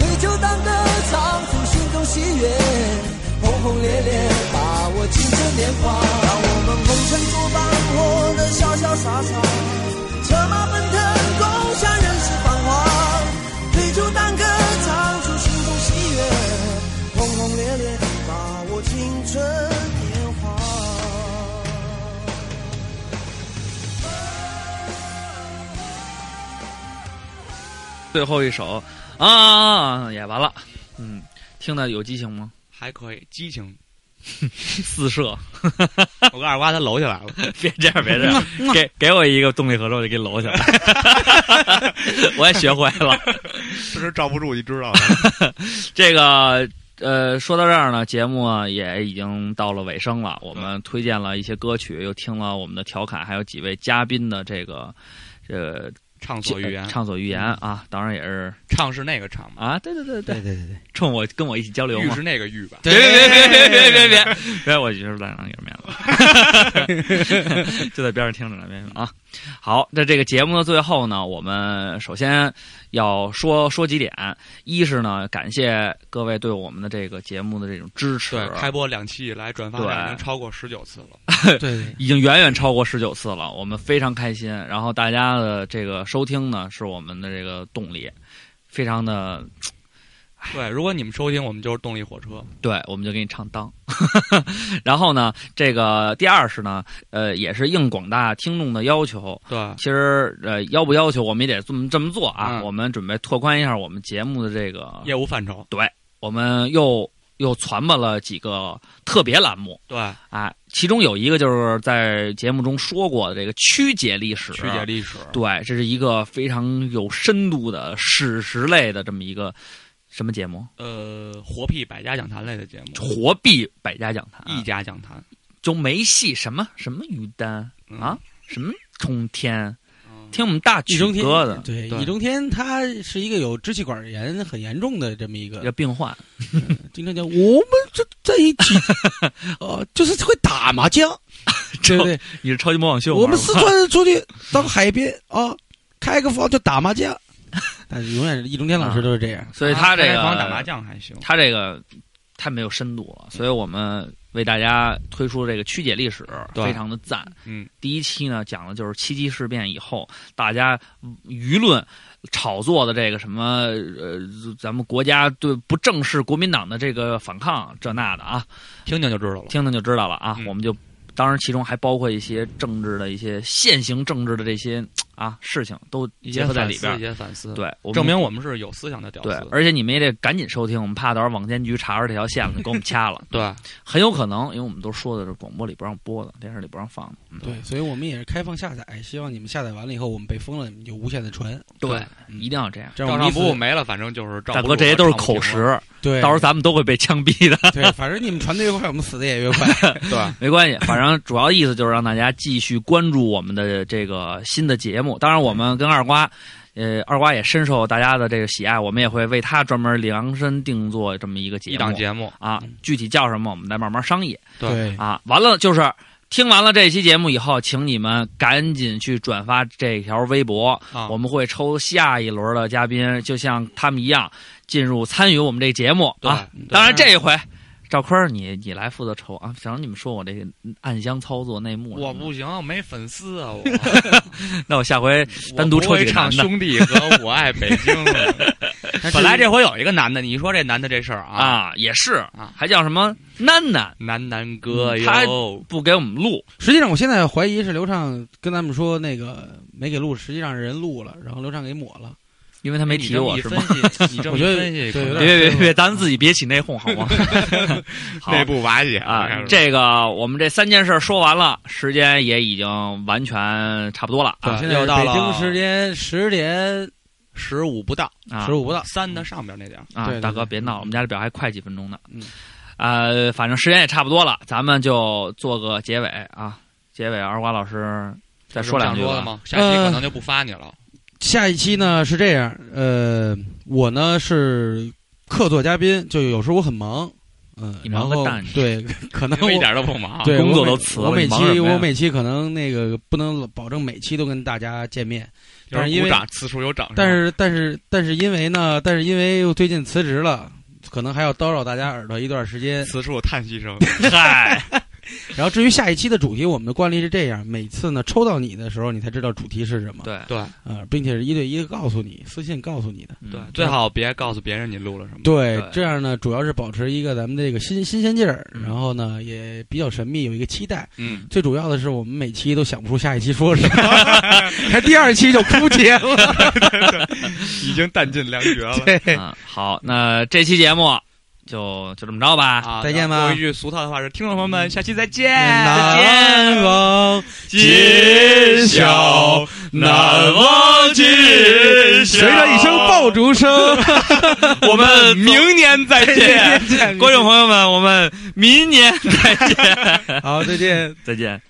I: 对酒当歌，唱出心中喜悦，轰轰烈烈，把握青春年华。让我们红尘作伴，活得潇潇洒洒，策马奔腾，共享人世繁华。对酒当歌，唱出心中喜悦，轰轰烈烈，把握青春年华。
C: 最后一首啊，也完了。嗯，听的有激情吗？
A: 还可以，激
E: *laughs*
A: 情。*laughs*
C: 四射，
A: 我跟二瓜他搂起来了，
C: *laughs*
A: 嗯
C: 别这样，别这样，给给我一个动力合奏，我就给你搂起来。 *laughs* 我也学会了。
A: 这是罩不住，你知
B: *laughs*
A: 道吗？
C: 这个呃，说到这儿呢，节目啊也已经到了尾声了。我们推荐了一些歌曲，又听了我们的调侃，还有几位嘉宾的这个呃
B: 畅所欲言，
C: 畅所欲言啊。当然也是
B: 唱是那个唱嘛，
C: 啊，对对对对对，
D: 对对对，
C: 冲我跟我一起交流
B: 欲
C: 嘛
B: 是。那个欲吧？
C: 别别别别别别别别！我就是在那给面子，就在边上听着呢，别说啊。好，那这个节目的最后呢，我们首先要说说几点。一是呢，感谢各位对我们的这个节目的这种支持，
B: 对，
C: *laughs*
B: 开播两期以来，转发量已经
C: 对
B: 超过十九次了。
E: 对对，
C: 已经远远超过十九次了，我们非常开心。然后大家的这个收听呢，是我们的这个动力，非常的
B: 对，如果你们收听，我们就是动力火车。
C: 对，我们就给你唱当。 *laughs* 然后呢，这个第二是呢，呃，也是应广大听众的要求。
B: 对，
C: 其实呃，要不要求我们也得这么这么做啊？
B: 嗯
C: 我们准备拓宽一下我们节目的这个，
B: 业务范畴。
C: 我们又又传吧了几个特别栏目
B: 对，
C: 啊，其中有一个就是在节目中说过的这个曲解历史。
B: 曲解历史。
C: 对，这是一个非常有深度的史实类的这么一个什么节目？
B: 呃，活辟百家讲坛类的节目，
C: 活币百家讲坛，啊
B: 一家讲坛。
C: 就没戏什么什么于丹
B: 嗯
C: 啊，什么冲天，
B: 嗯
C: 听我们大
E: 易
C: 曲
E: 中天
C: 哥的
E: 对
B: 对
E: 易中天，他是一个有支气管炎很严重的这么一
C: 这
E: 个，
C: 病患，
E: *laughs* 经常讲我们这在一起，呃，就是会打麻
C: *laughs*
E: 将，对不对？
C: 你是超级模仿秀吗，
E: 我们四
C: *laughs*
E: 川人出去到海边啊，开个房就打麻将，但是永远是易中天老师都是这样。
C: 啊所以他这
B: 啊开
C: 个
B: 房打麻将还行。
C: 他这个太没有深度了，所以我们为大家推出这个曲解历史，
B: 对
C: 非常的赞。
B: 嗯，
C: 第一期呢讲的就是七七事变以后，大家舆论炒作的这个什么呃，咱们国家对不正视国民党的这个反抗这那的啊，
B: 听听就知道了。嗯
C: 听听就知道了啊。我们就当然其中还包括一些政治的一些现行政治的这些啊事情都
B: 一
C: 结
B: 些
C: 合在
B: 反
C: 里
B: 思，
C: 边儿，
B: 一些反思，
C: 对，我们
B: 证明我们是有思想的屌
C: 对
B: 丝，。
C: 而且你们也得赶紧收听，我们怕到时候网监局查着这条线了，就给我们掐了。
B: *laughs* 对，
C: 很有可能，因为我们都说的是广播里不让播的，电视里不让放的。嗯
E: 对，所以我们也是开放下载，希望你们下载完了以后，我们被封了，你们就无限的传。嗯
C: 对，一定要这样。
E: 这样我们一次
B: 没了，反正就是照
C: 大
B: 不
C: 哥，
B: 住
C: 这些
B: 了
C: 都是
B: 唱不
C: 口
B: 平
C: 实
B: 了，
E: 对
C: 到时候咱们都会被枪毙的。 *laughs*
E: 对，反正你们传的越快，我们死的也越快。
B: 对，
C: 没关系，反正主要意思就是让大家继续关注我们的这个新的节目。当然，我们跟二瓜，呃，二瓜也深受大家的这个喜爱，我们也会为他专门量身定做这么一个节目，
B: 一档节目嗯
C: 啊，具体叫什么我们再慢慢商议。
B: 对
C: 啊，完了就是。听完了这期节目以后，请你们赶紧去转发这条微博，
B: 啊
C: 我们会抽下一轮的嘉宾，就像他们一样进入参与我们这节目啊。当然这一回，赵坤儿你你来负责抽啊，想让你们说我这个暗箱操作内幕。
B: 我不行，我没粉丝啊，我
C: *laughs* 那我下回单独抽
B: 我不
C: 一
B: 会
C: 个
B: 唱
C: 男的
B: 兄弟和我爱北京了
C: *laughs*
B: 本来这回有一个男的，你一说这男的这事儿啊
C: 啊，也是啊，还叫什么楠楠
B: 楠楠哥
E: 嗯
B: 嗯哟，
C: 他不给我们录，
E: 实际上，我现在怀疑是刘畅跟咱们说那个没给录，实际上是人录了，然后刘畅给抹了。哎
C: 因为他没提我是吗？
B: 哎
E: 我觉得
C: 别
E: 对有点
C: 别别
E: 深
C: 别，咱们自己别起内讧好
B: *laughs*
C: 吗？好
A: 内部瓦解
C: 啊，这个我们这三件事说完了，时间也已经完全差不多了啊，
E: 现在
C: 又
E: 是
C: 到
E: 北
C: 了
E: 京时间十点
B: 十五不到，
C: 啊
E: 十五不到，
B: 三的上边那点儿
C: 啊，大哥别闹了，
B: *laughs*
C: 我们家这表还快几分钟呢。
E: 嗯，
C: 呃，反正时间也差不多了，咱们就做个结尾啊。结尾，二瓜老师再说两句
B: 有什么想说
C: 吧嗯
B: 的吗？下期可能就不发
C: *laughs*
B: 你了。
E: 下一期呢是这样，呃，我呢是客座嘉宾，就有时候我很忙，嗯、
C: 你
E: 然
C: 忙个
E: 后
C: 蛋你
E: 对，可能
B: 因为一
E: 我
B: 点都不忙
E: 对，
C: 工
E: 我
C: 作
E: 每
C: 都辞了
E: 我每
C: 你忙什
E: 期
C: 么呀
E: 我每期可能那个不能保证每期都跟大家见面，但是因
B: 有
E: 为
B: 涨次数有涨，
E: 但是但是但是因为呢，但是因为我最近辞职了，可能还要叨扰大家耳朵一段时间。
A: 此处叹息声。
B: *laughs*
C: 嗨，
E: 然后至于下一期的主题，我们的惯例是这样：每次呢抽到你的时候，你才知道主题是什么。
C: 对
B: 对
E: 呃，并且是一对一地告诉你，私信告诉你的。
B: 对，嗯最好别告诉别人你录了什么。
E: 嗯对，
C: 对
E: 这样呢，主要是保持一个咱们这个新新鲜劲儿，然后呢也比较神秘，有一个期待。
B: 嗯，
E: 最主要的是，我们每期都想不出下一期
B: *laughs*
E: 说什么，还第二期就枯竭了。
A: 已经弹尽粮绝了。
E: 对，
C: 嗯，好，那这期节目就就这么着吧。
B: 啊，
E: 再见
C: *laughs*
E: 吧
B: 用一句俗套的话是：听众朋友们，下期再见。
E: 难忘
B: 今宵
E: 难
B: 忘今宵
E: 随着一声 *laughs* 爆竹声，
C: 我们明年再见，
E: 见
C: 观众朋友们，我们明年再见，
E: 好，再见。
C: 再见。